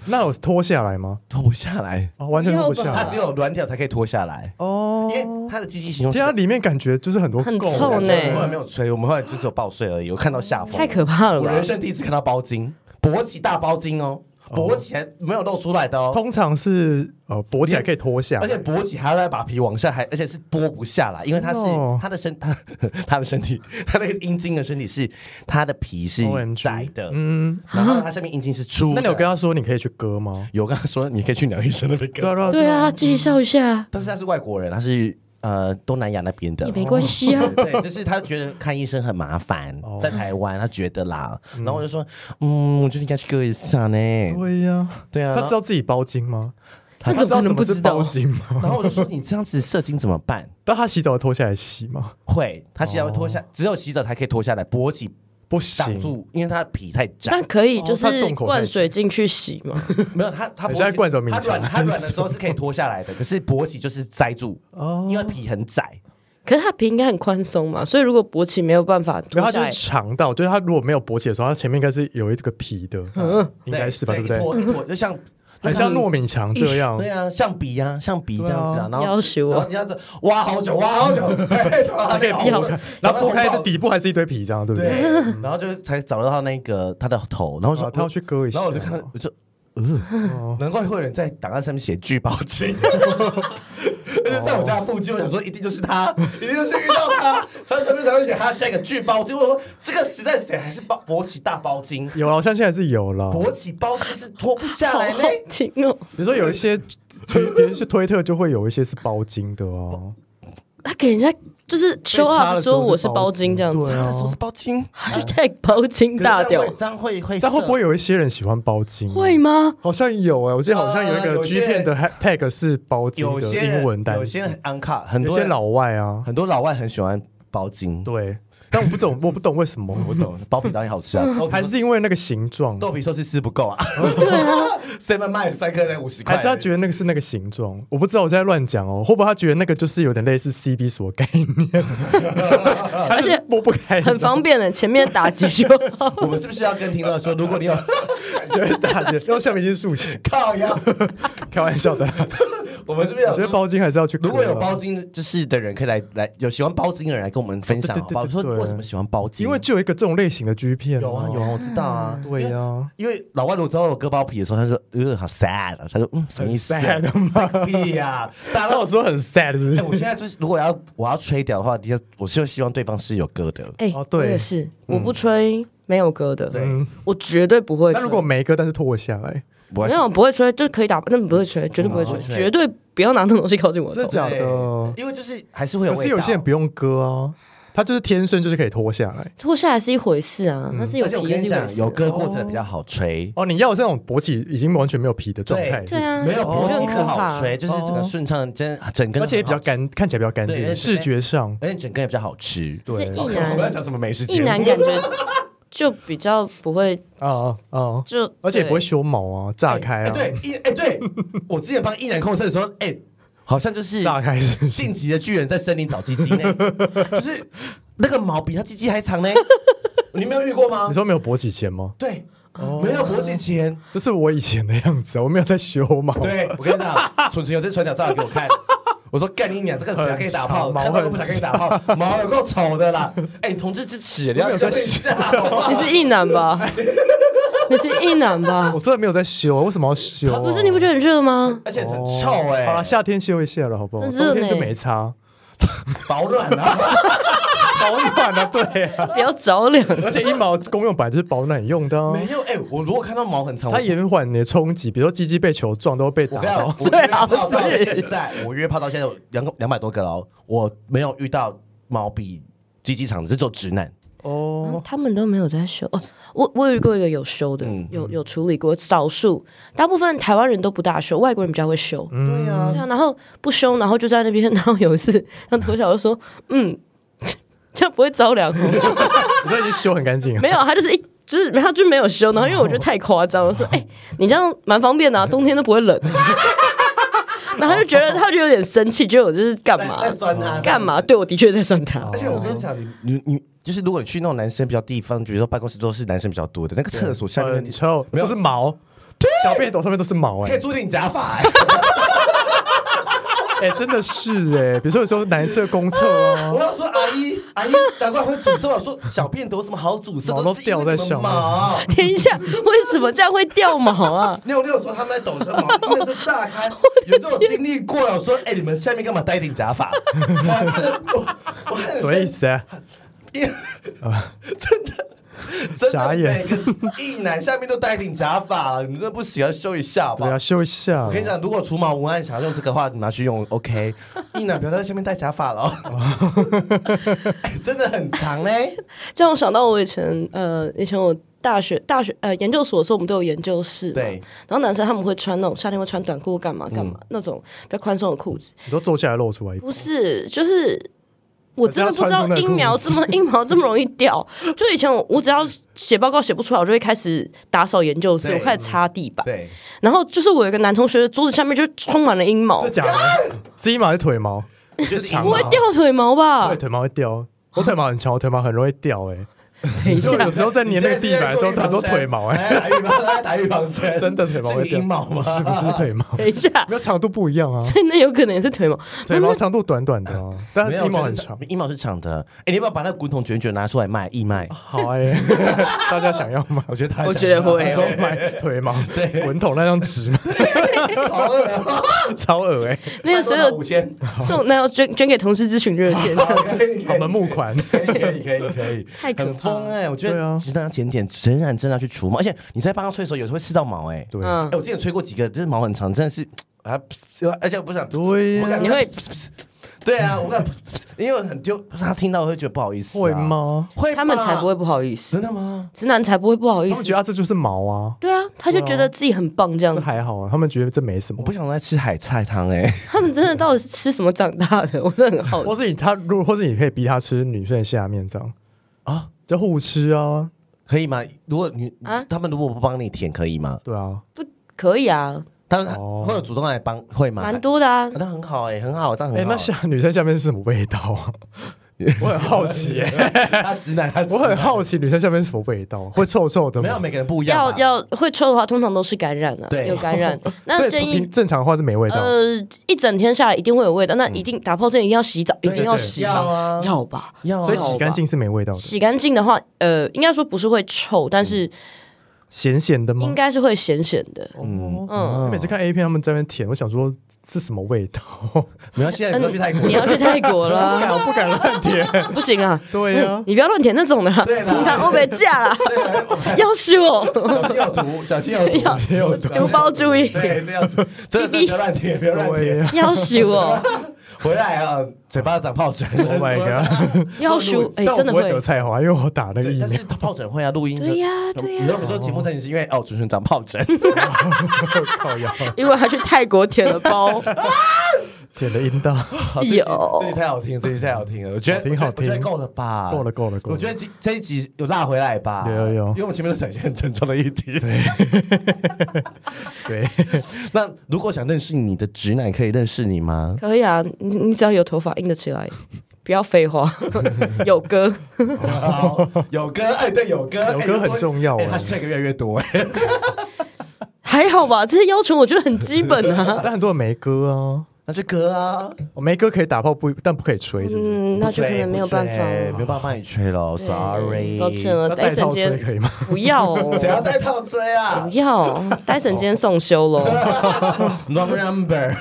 S1: 那有脱下来吗？
S2: 脱不下来，
S1: 哦，完全脱不
S3: 要
S1: 下
S3: 吧
S2: 它
S1: 来。
S2: 只有软条才可以脱下来，
S1: 哦
S2: 因，为它的机器形容是
S1: 天啊，里面感觉就是很多
S3: 很
S1: 垢
S3: 臭呢
S2: 我们没有吹，我们后来就只有爆睡而已。我看到下风，
S3: 欸太可怕了
S2: 啊我
S3: 吧
S2: 人！生第一次看到包金，勃起大包金哦，勃起还没有露出来的哦，
S1: 通常是呃勃起来可以脱下来，
S2: 而且勃起还要再把皮往下，还而且是剥不下来，因为它是
S1: 真的哦
S2: 它的身它它的身体，它那个阴茎的身体是它的皮是
S1: OMG
S2: 窄的，
S1: 嗯，
S2: 然后它下面阴茎是粗的。
S1: 那你有跟他说你可以去割吗？
S2: 有跟他说你可以去鸟医生那边
S1: 对啊，
S2: 割，
S1: 对啊，
S3: 对啊，介绍一下
S2: 但是他是外国人，他是呃东南亚那边的
S3: 也，没关系啊。
S2: 对，就是他觉得看医生很麻烦
S1: 哦，
S2: 在台湾他觉得啦，然后我就说，嗯，我觉得应该去割一下呢。
S1: 对呀，
S2: 对啊，
S1: 他
S2: 然
S1: 知道
S2: 后
S1: 自己包茎吗？
S3: 他
S1: 他
S3: 怎么可能不
S1: 知
S3: 知
S1: 道什
S3: 道啊
S1: 么？是包茎吗？
S2: 然后我就说你这样子射精怎么办？
S1: 但他洗澡脱下来洗吗？
S2: 会，他洗澡会脱下，
S1: 哦
S2: 只有洗澡才可以脱下来，勃起
S1: 不
S2: 挡
S1: 行，
S2: 住，因为他的皮太窄
S3: 但。可以
S1: 哦
S3: 就
S1: 他洞
S3: 是
S1: 口太
S3: 灌水进去洗嘛，
S2: 没有他，他
S1: 很
S2: 勃
S1: 像
S2: 起
S1: 冠手明
S2: 他
S1: 强
S2: 软他 软的时候是可以脱下来的，可是勃起就是塞住，
S1: 哦
S2: 因为皮很窄。
S3: 可是它皮应该很宽松嘛，所以如果勃起没有办法
S1: 没
S3: 脱
S1: 有，他
S3: 下
S1: 就
S3: 来
S1: 是，肠道，就是他如果没有勃起的时候，他前面应该是有一个皮的，
S3: 嗯
S1: 嗯应该是吧，对不对
S2: 一？坨 一坨就像
S1: 很像糯米肠 这样，
S2: 对啊，像笔啊，像笔这样子啊，然后
S3: 要挟我
S2: 然后你这样子挖好久，挖好久， 他
S1: 可以剥开，然后剥开的底部还是一堆皮，这样对不
S2: 对
S1: 对？，
S2: 然后就才找到他那个他的头，然后我说
S1: 哦他要去割一下哦
S2: 然后我就看到我就。呃，难怪会有人在档案上面写拒报 警，而且在我家附近，我想说一定就是
S1: 哦
S2: 他，一定就是遇到他，他上面才会写他下一个拒包金。我说这个时代谁还是包勃起大包金？
S1: 有了，好像现在是有了。
S2: 勃起包金是脱不下
S3: 好
S2: 来
S3: 好
S2: 嘞。
S3: 听哦。
S1: 比如说有一些， 比如是推特就会有一些是包茎的哦，
S3: 他给人家就是 show
S1: 插
S3: off
S1: 的时候
S3: 说
S1: 是
S3: 我是
S1: 包
S3: 包
S1: 茎
S3: 茎这样
S1: 对
S3: 子
S1: 啊，
S2: 他的手是包金，
S3: 他就 tag 包茎大屌
S2: 可是这样会会
S1: 但会不会
S2: 射
S1: 有一些人喜欢包茎？
S3: 会吗？
S1: 好像有哎、我记得好像有一
S2: 呃
S1: 个
S2: 有
S1: G
S2: 些
S1: 片的 tag 是包茎
S2: 有
S1: 的
S2: 些人
S1: 英文单
S2: 有
S1: 词
S2: 些，人很 uncut，很
S1: 有
S2: 多
S1: 些
S2: 人
S1: 老外啊，
S2: 很多老外很喜欢包金，
S1: 对，但我不懂，我不懂为什 么，
S2: 我懂，包皮当然好吃啊，
S1: 还是因为那个形状。
S2: 豆皮寿司吃不够啊，
S3: 对啊，
S2: seven 卖三颗才五十块，
S1: 还是他觉得那个是那个形状？我不知道我在乱讲哦，会不会他觉得那个就是有点类似 CB 锁概念，而
S3: 且
S1: 拨不开，
S3: 很方 便的，前面打击就 好
S2: 我们是不是要跟听众说，如果你有
S1: 便，大姐，然后下面已经是竖起来，
S2: 靠腰，
S1: 开玩笑的啦，
S2: 我们是啊不是有
S1: 我觉得包金还是要去割
S2: 如
S1: 啦，
S2: 果有包金就是的人，可以来来有喜欢包金的人来跟我们分享，
S1: 对对
S2: 好不好？
S1: 对
S2: 说
S1: 对
S2: 为什么喜欢包金？
S1: 因为就有一个这种类型的 G 片，
S2: 有啊有啊，我，知道啊，
S1: 对
S2: 因为
S1: 呀，
S2: 因为老外如果知道我割包皮的时候，他说有点好 sad，啊他说嗯什 么
S1: 很
S2: 意思啊？
S1: sad 嘛。
S2: 屁呀，大
S1: 他
S2: 家
S1: 跟我说很 sad 是不
S2: 哎、
S1: 是？
S2: 我现在就是，如果要我要吹掉的话，你要我就希望对方是有歌的。
S3: 哎、
S1: 哦对
S3: 我也是，我不吹没有歌的，
S1: 嗯
S3: 我绝对不会吹。
S1: 那如果没歌，但是脱我下来，
S2: 我
S3: 没有不会吹，就可以打，那不会吹，绝对不会吹，
S2: 哦
S3: 绝对不要拿那种东西靠近我的
S1: 真的
S3: 头。
S1: 假的？
S2: 因为就是还哎是会有味
S1: 可
S2: 道。
S1: 是有些人不用歌啊，他就是天生就是可以脱下来。
S3: 脱下来是一回事啊，
S1: 嗯
S3: 那是有
S2: 而且我
S3: 皮
S2: 跟
S3: 是
S2: 你
S3: 一回
S2: 讲，
S3: 事
S2: 有
S3: 啊。
S2: 歌过真的比较好吹。
S1: 哦，你要这种勃起已经完全没有皮的状态，是
S2: 对
S1: 不
S3: 对
S1: 是
S3: 啊，
S2: 没有
S3: 我
S2: 皮
S3: 觉得
S2: 筋
S3: 很
S2: 很
S3: 可
S2: 好
S3: 怕。哦
S2: 吹，就是整个顺畅，真整个
S1: 而且也比较，干，看起来比较干
S2: 对而
S1: 净，
S2: 且
S1: 视觉上，
S2: 而且整个也比较好吃。
S1: 对
S3: 是 一
S2: 我们在
S3: 男
S2: 讲什么美食节
S3: 一
S2: 目？
S3: 男感觉就比较不会
S1: 啊啊啊！
S3: 就，
S1: 而且也不会
S3: 对
S1: 修毛啊，炸开
S2: 哎
S1: 啊，
S2: 对，一哎 对，我之前帮一男控声的时候，哎，好像就 是
S1: 炸开是不是
S2: 晋级的巨人在森林找鸡 鸡呢，就是那个毛比他鸡鸡还长呢。你没有遇过吗
S1: 你？说哦没有勃起前吗？
S2: 对，没有脖子前。
S1: 就是我以前的样子，我没有在修毛，
S2: 对，啊我跟你讲，蠢蠢有次传屌照给我 看，我说干你娘，这个谁可以打炮？
S1: 很长
S2: 看到都不想跟你打炮，毛有够丑的 啦！哎，同志之耻，你要
S1: 有在
S2: 跟一下哦好 不好
S3: 你是一男吧？你是一男吧
S1: 我？真的没有在修啊，为什么要修啊？
S3: 不是你不觉得很热吗？
S2: 而且很臭哎、
S1: 好了，夏天修一下了，好不好？
S3: 很热
S1: 冬天就
S3: 呢
S1: 没 差，
S2: 保暖 啊，
S1: 保暖啊，对啊，
S3: 不要着凉。
S1: 而且一毛公用本来就是保暖用的啊，
S2: 没有哎、我如果看到毛很长，
S1: 它
S2: 我
S1: 延缓你的冲击，比如说鸡鸡被球撞都被
S2: 我
S1: 打
S2: 跟你讲
S1: 到，
S2: 我约炮到
S3: 最好是
S2: 现在，我约炮到现在有两两百多个了哦，我没有遇到毛比鸡鸡长的，这种直男。
S1: 哦，
S3: 他们都没有在修。哦、我我有遇过一个有修的，
S2: 嗯
S3: 有有处理过，少数，大部分台湾人都不大修，外国人比较会修。
S2: 对呀、
S3: 对啊，然后不修，然后就在那边，然后有一次，然后头小就说：“嗯， 这样不会着凉。哦
S1: 你说已经修很干净” 啊，
S3: 没有，他就是一。就是他就没有
S2: 哦
S3: 修，然后因为我觉得太夸张了，说哎、你这样蛮方便 的、啊，冬天都不会冷。然后他就觉得他就有点生气，觉得我就是干嘛
S2: 哦在在酸他哦
S3: 干嘛？对我的确在算他，
S2: 而且我跟你讲，你你你，就是如果你去那种男生比较地方，比如说办公室都是男生比较多的，那个厕所下面
S1: 很臭，
S2: 没哦
S1: 都
S2: 有
S1: 是毛，小便斗上面都是毛，
S2: 可以
S1: 哎
S2: 租顶假发、哎
S1: 哎，真的是哎，比如说有时候男色公厕 啊，
S2: 我要说阿 姨，阿姨，难怪会阻塞。我说小便斗有什么好阻塞，
S1: 毛都
S2: 是因为
S1: 掉在
S2: 你们
S1: 上面
S2: 毛。
S3: 天下为什么这样会掉毛啊？
S2: 六六说他们在抖着哦毛，一个就炸开。有时候我经历过，我说：“哎、你们下面干嘛戴顶 假发？”我我很
S1: 什么意思啊？
S2: 真的。真的
S1: 傻眼
S2: 每个一男下面都戴顶假发，你们真的不行，要修一下好不
S1: 对
S2: 好
S1: 啊，？修一下
S2: 我。跟你讲，如果除毛文案想要用这个话，你拿去用 OK。一男不要在下面戴 假发了 哦，哎真的很长嘞。
S3: 这让我想到我以前呃，以前我大学大学呃研究所的时候，我们都有研究室嘛，
S2: 对嗯
S3: 然后男生他们会穿那种夏天会穿短裤干嘛干嘛、那种比较宽松的裤子，
S1: 你都坐下来露出来一股，
S3: 不是就是。我真的不知道
S1: 人家穿出那个裤子
S3: 阴苗这么 阴毛这么容易掉。就以前我我只要写报告写不出来，我就会开始打扫研究室，
S2: 对
S3: 我
S1: 嗯
S3: 开始擦地板。
S2: 对，
S3: 然后就是我有一个男同学，桌子下面就充满了阴毛
S1: 真的，假的？是一毛还是腿毛？
S2: 我觉得是
S1: 长
S3: 不会掉腿毛吧
S1: 对，？腿毛会掉。我腿毛很长，我腿毛很容易掉，哎，
S3: 等一
S1: 就
S3: 下
S1: 有，时候在粘那个地板的时候，很多腿毛，哎，
S2: 哎，打预防，哎打预防针，
S1: 真的腿毛
S2: 是
S1: 会
S2: 你
S1: 掉，
S2: 阴毛吗？
S1: 是不是腿毛？
S3: 等一下
S1: 没，有长度不一样啊，
S3: 所以那有可能也是腿毛。
S1: 腿毛长度短短的啊，但
S2: 没
S1: 是
S2: 有，
S1: 阴毛
S2: 就
S1: 很
S2: 是
S1: 长。
S2: 阴毛是长的。哎，你要不要把那个滚筒卷卷拿出来卖义卖？
S1: 好 哎，大家想要吗？
S2: 我觉得他
S3: 我觉得会
S1: 那时候买腿 毛、滚筒那张纸嘛，
S2: 好饿啊，
S1: 超恶哎，
S3: 那个所
S2: 卖多
S3: 有
S2: 少五千，
S3: 送那要捐捐给同事咨询热线，
S1: 我们募款。
S2: 可以可以可以，
S3: 太可
S2: 很
S3: 怕
S2: 疯
S3: 了。
S2: 哎！我觉
S1: 对
S2: 得
S1: 啊
S2: 其实大家剪剪，仍然真的要去除毛，而且你在帮他吹的时候，有时候会刺到毛哎。
S1: 对，
S3: 嗯
S2: 哎、，我之前有吹过几个，就是毛很长，真的是啊，而且我不想，
S1: 对
S2: 我敢
S3: 嗯你会
S2: 对啊，我敢，因为很丢，他听到会觉得不好意思、啊，
S1: 会？吗？
S2: 会吧，
S3: 他们才不会不好意思，
S2: 真的吗？
S3: 直男才不会不好意
S1: 他
S3: 思
S1: 们觉。得啊这就是毛啊，
S3: 对啊，他就觉得自己很棒这样
S1: 这
S3: 子。
S1: 还好啊，他们觉得这没什
S2: 我
S1: 么。
S2: 不想再吃海菜汤哎、
S3: 他们真的到底是吃什么长大的？我真的很好
S1: 或
S3: 奇。
S1: 是你他如果或是你可以逼他吃女生的下面这样啊，就互吃啊，
S2: 可以吗？如果你、
S3: 啊
S2: 他们如果不帮你舔，可以吗？
S1: 对啊，
S3: 不可以啊，
S2: 他们
S1: 哦
S2: 会有主动来帮会吗？
S3: 蛮多的啊
S2: 啊，。那很好哎，很好，这样
S1: 哎、
S2: 很好。
S1: 那下女生下面是什么味道 啊？我很好奇、欸，
S2: 他直男，他直
S1: 我
S2: 男
S1: 很好奇女生下面是什么味 道，会臭臭的
S2: 没
S1: 吗
S2: 有？每个人不一样
S3: 要
S2: 吧。
S3: 要会抽的话，通常都是感染啊，
S2: 对
S3: 有感染。
S1: 所
S3: 那
S1: 以
S3: 建议
S1: 平正常的话是没味道。
S3: 呃，一整天下来一定会有味道，那一定打泡之前一定要洗澡，一定要洗
S2: 要
S3: 吧，
S2: 啊，
S3: 要吧。
S2: 要啊
S1: 所以洗干净是没味道的，
S3: 洗干净的话，呃，应该说不是会臭，但是
S1: 咸咸的吗
S3: 应？该是会咸咸的。
S1: 嗯
S3: 嗯，
S1: 每次看 A 片他们在那边舔，我想说是什么味 道？
S2: 没有，现在你要去泰国
S3: 嗯你，要去泰国
S1: 不
S3: 了，
S1: 敢，我不敢乱舔。
S3: 不行啊！
S1: 对 呀、
S3: 你不要乱舔那种的啦，
S2: 对啦
S3: 红糖欧美架啦， 要 修哦，
S2: 小心有毒，小心有毒，
S3: 要
S1: 也有毒
S3: 毒包注意，
S2: 对，不要毒，真的真的不要乱舔，不要乱
S1: 对啊
S2: 舔。
S1: 呀、
S3: 要修哦，
S2: 回来啊，嘴巴长疱疹。
S1: Oh my god！
S3: 要修，哎，
S1: 但我
S3: 真的
S1: 不会
S3: 会
S1: 得。菜花，因为我打那个
S2: 对
S1: 疫
S2: 但
S1: 苗
S2: 是。疱疹会啊，录音
S3: 对呀对呀
S2: 你说我们说节目暂停是因为哦，主持人长疱疹，
S1: 靠 腰
S3: 因为他去泰国舔了包，
S1: 舔的 阴道，
S3: 有
S2: 这集太好听，这集太好听了，我觉得
S1: 好听好听
S2: 我觉得够了吧，
S1: 够了够了够了
S2: 我觉得这这一集有拉回来吧，
S1: 有有有
S2: 因为我们前面都展现很沉重的议题。
S1: 对，
S2: 那如果想认识你的直男，可以认识你 吗？
S3: 可以啊，你你只要有头发硬得起来，不要废 话，有歌。
S2: 好，有歌，哎，对，有歌，
S1: 有歌
S2: 哎
S1: 很重要
S2: 哎，
S1: 哎
S2: 他这个越来越多，哎，
S3: 还好吧，这些要求我觉得很基本啊。
S1: 但很多人没歌啊，
S2: 那就歌啊，
S1: 我没歌可以打炮不，但不可以吹，是不是？
S3: 嗯，那就可能没有办
S2: 不吹没
S3: 法
S2: 有办法帮你吹喽，sorry，
S3: 了。抱歉了，
S1: 那
S3: 戴
S1: 带
S3: 森
S1: 套
S3: 今
S1: 吹
S3: 天
S1: 可以吗？
S3: 不要哦，
S2: 谁要带套吹啊
S3: 不要，戴森
S2: 哦
S3: 今天送修喽。
S2: ？Wrong number，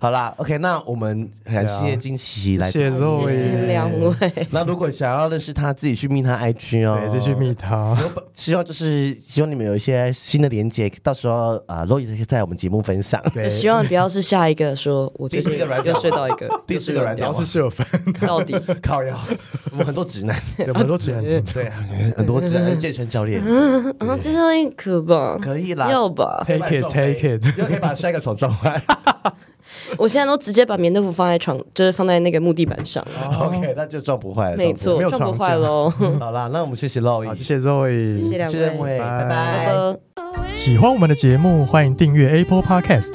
S2: 好啦，OK，那我们感谢金奇来，
S1: 啊谢谢
S3: 谢谢
S1: Zoe
S3: 两位，
S2: 那如果想要认识他，自己去密他 IG 哦，
S1: 哎对，继续密 他。
S2: 希望就是希望你们有一些新的连接，到时候啊，洛伊可以在我们节目分享。
S1: 对，
S3: 希望不要是下一个说我最
S2: 第
S3: 近
S2: 四个软屌
S3: 又睡到一个，
S2: 第四个软屌
S1: 表示是有分，
S3: 到底
S2: 靠呀，我们很 多直男，
S1: 我们都只能
S2: 对，很多直男健身教练
S3: 啊，这上一颗吧，
S2: 可以啦，
S3: 要吧？
S1: 嗯 take it take it。
S2: 又可以把下一个床撞坏。
S3: 我现在都直接把棉豆腐放在床，就是放在那个木地板上，
S2: OK，那就撞不坏了，
S3: 没
S1: 哦没
S3: 错，
S1: 有
S3: 撞
S1: 床
S3: 不
S1: 架
S3: 坏喽。
S2: 撞不坏。好啦，那我们谢谢洛伊
S1: 好，，谢谢 Zoe，
S3: 啊谢谢两
S2: 谢
S3: 位，
S2: 位，拜
S1: 拜
S3: 拜
S2: 拜。
S3: 拜。
S1: 喜欢我们的节目，欢迎订阅 Apple Podcast，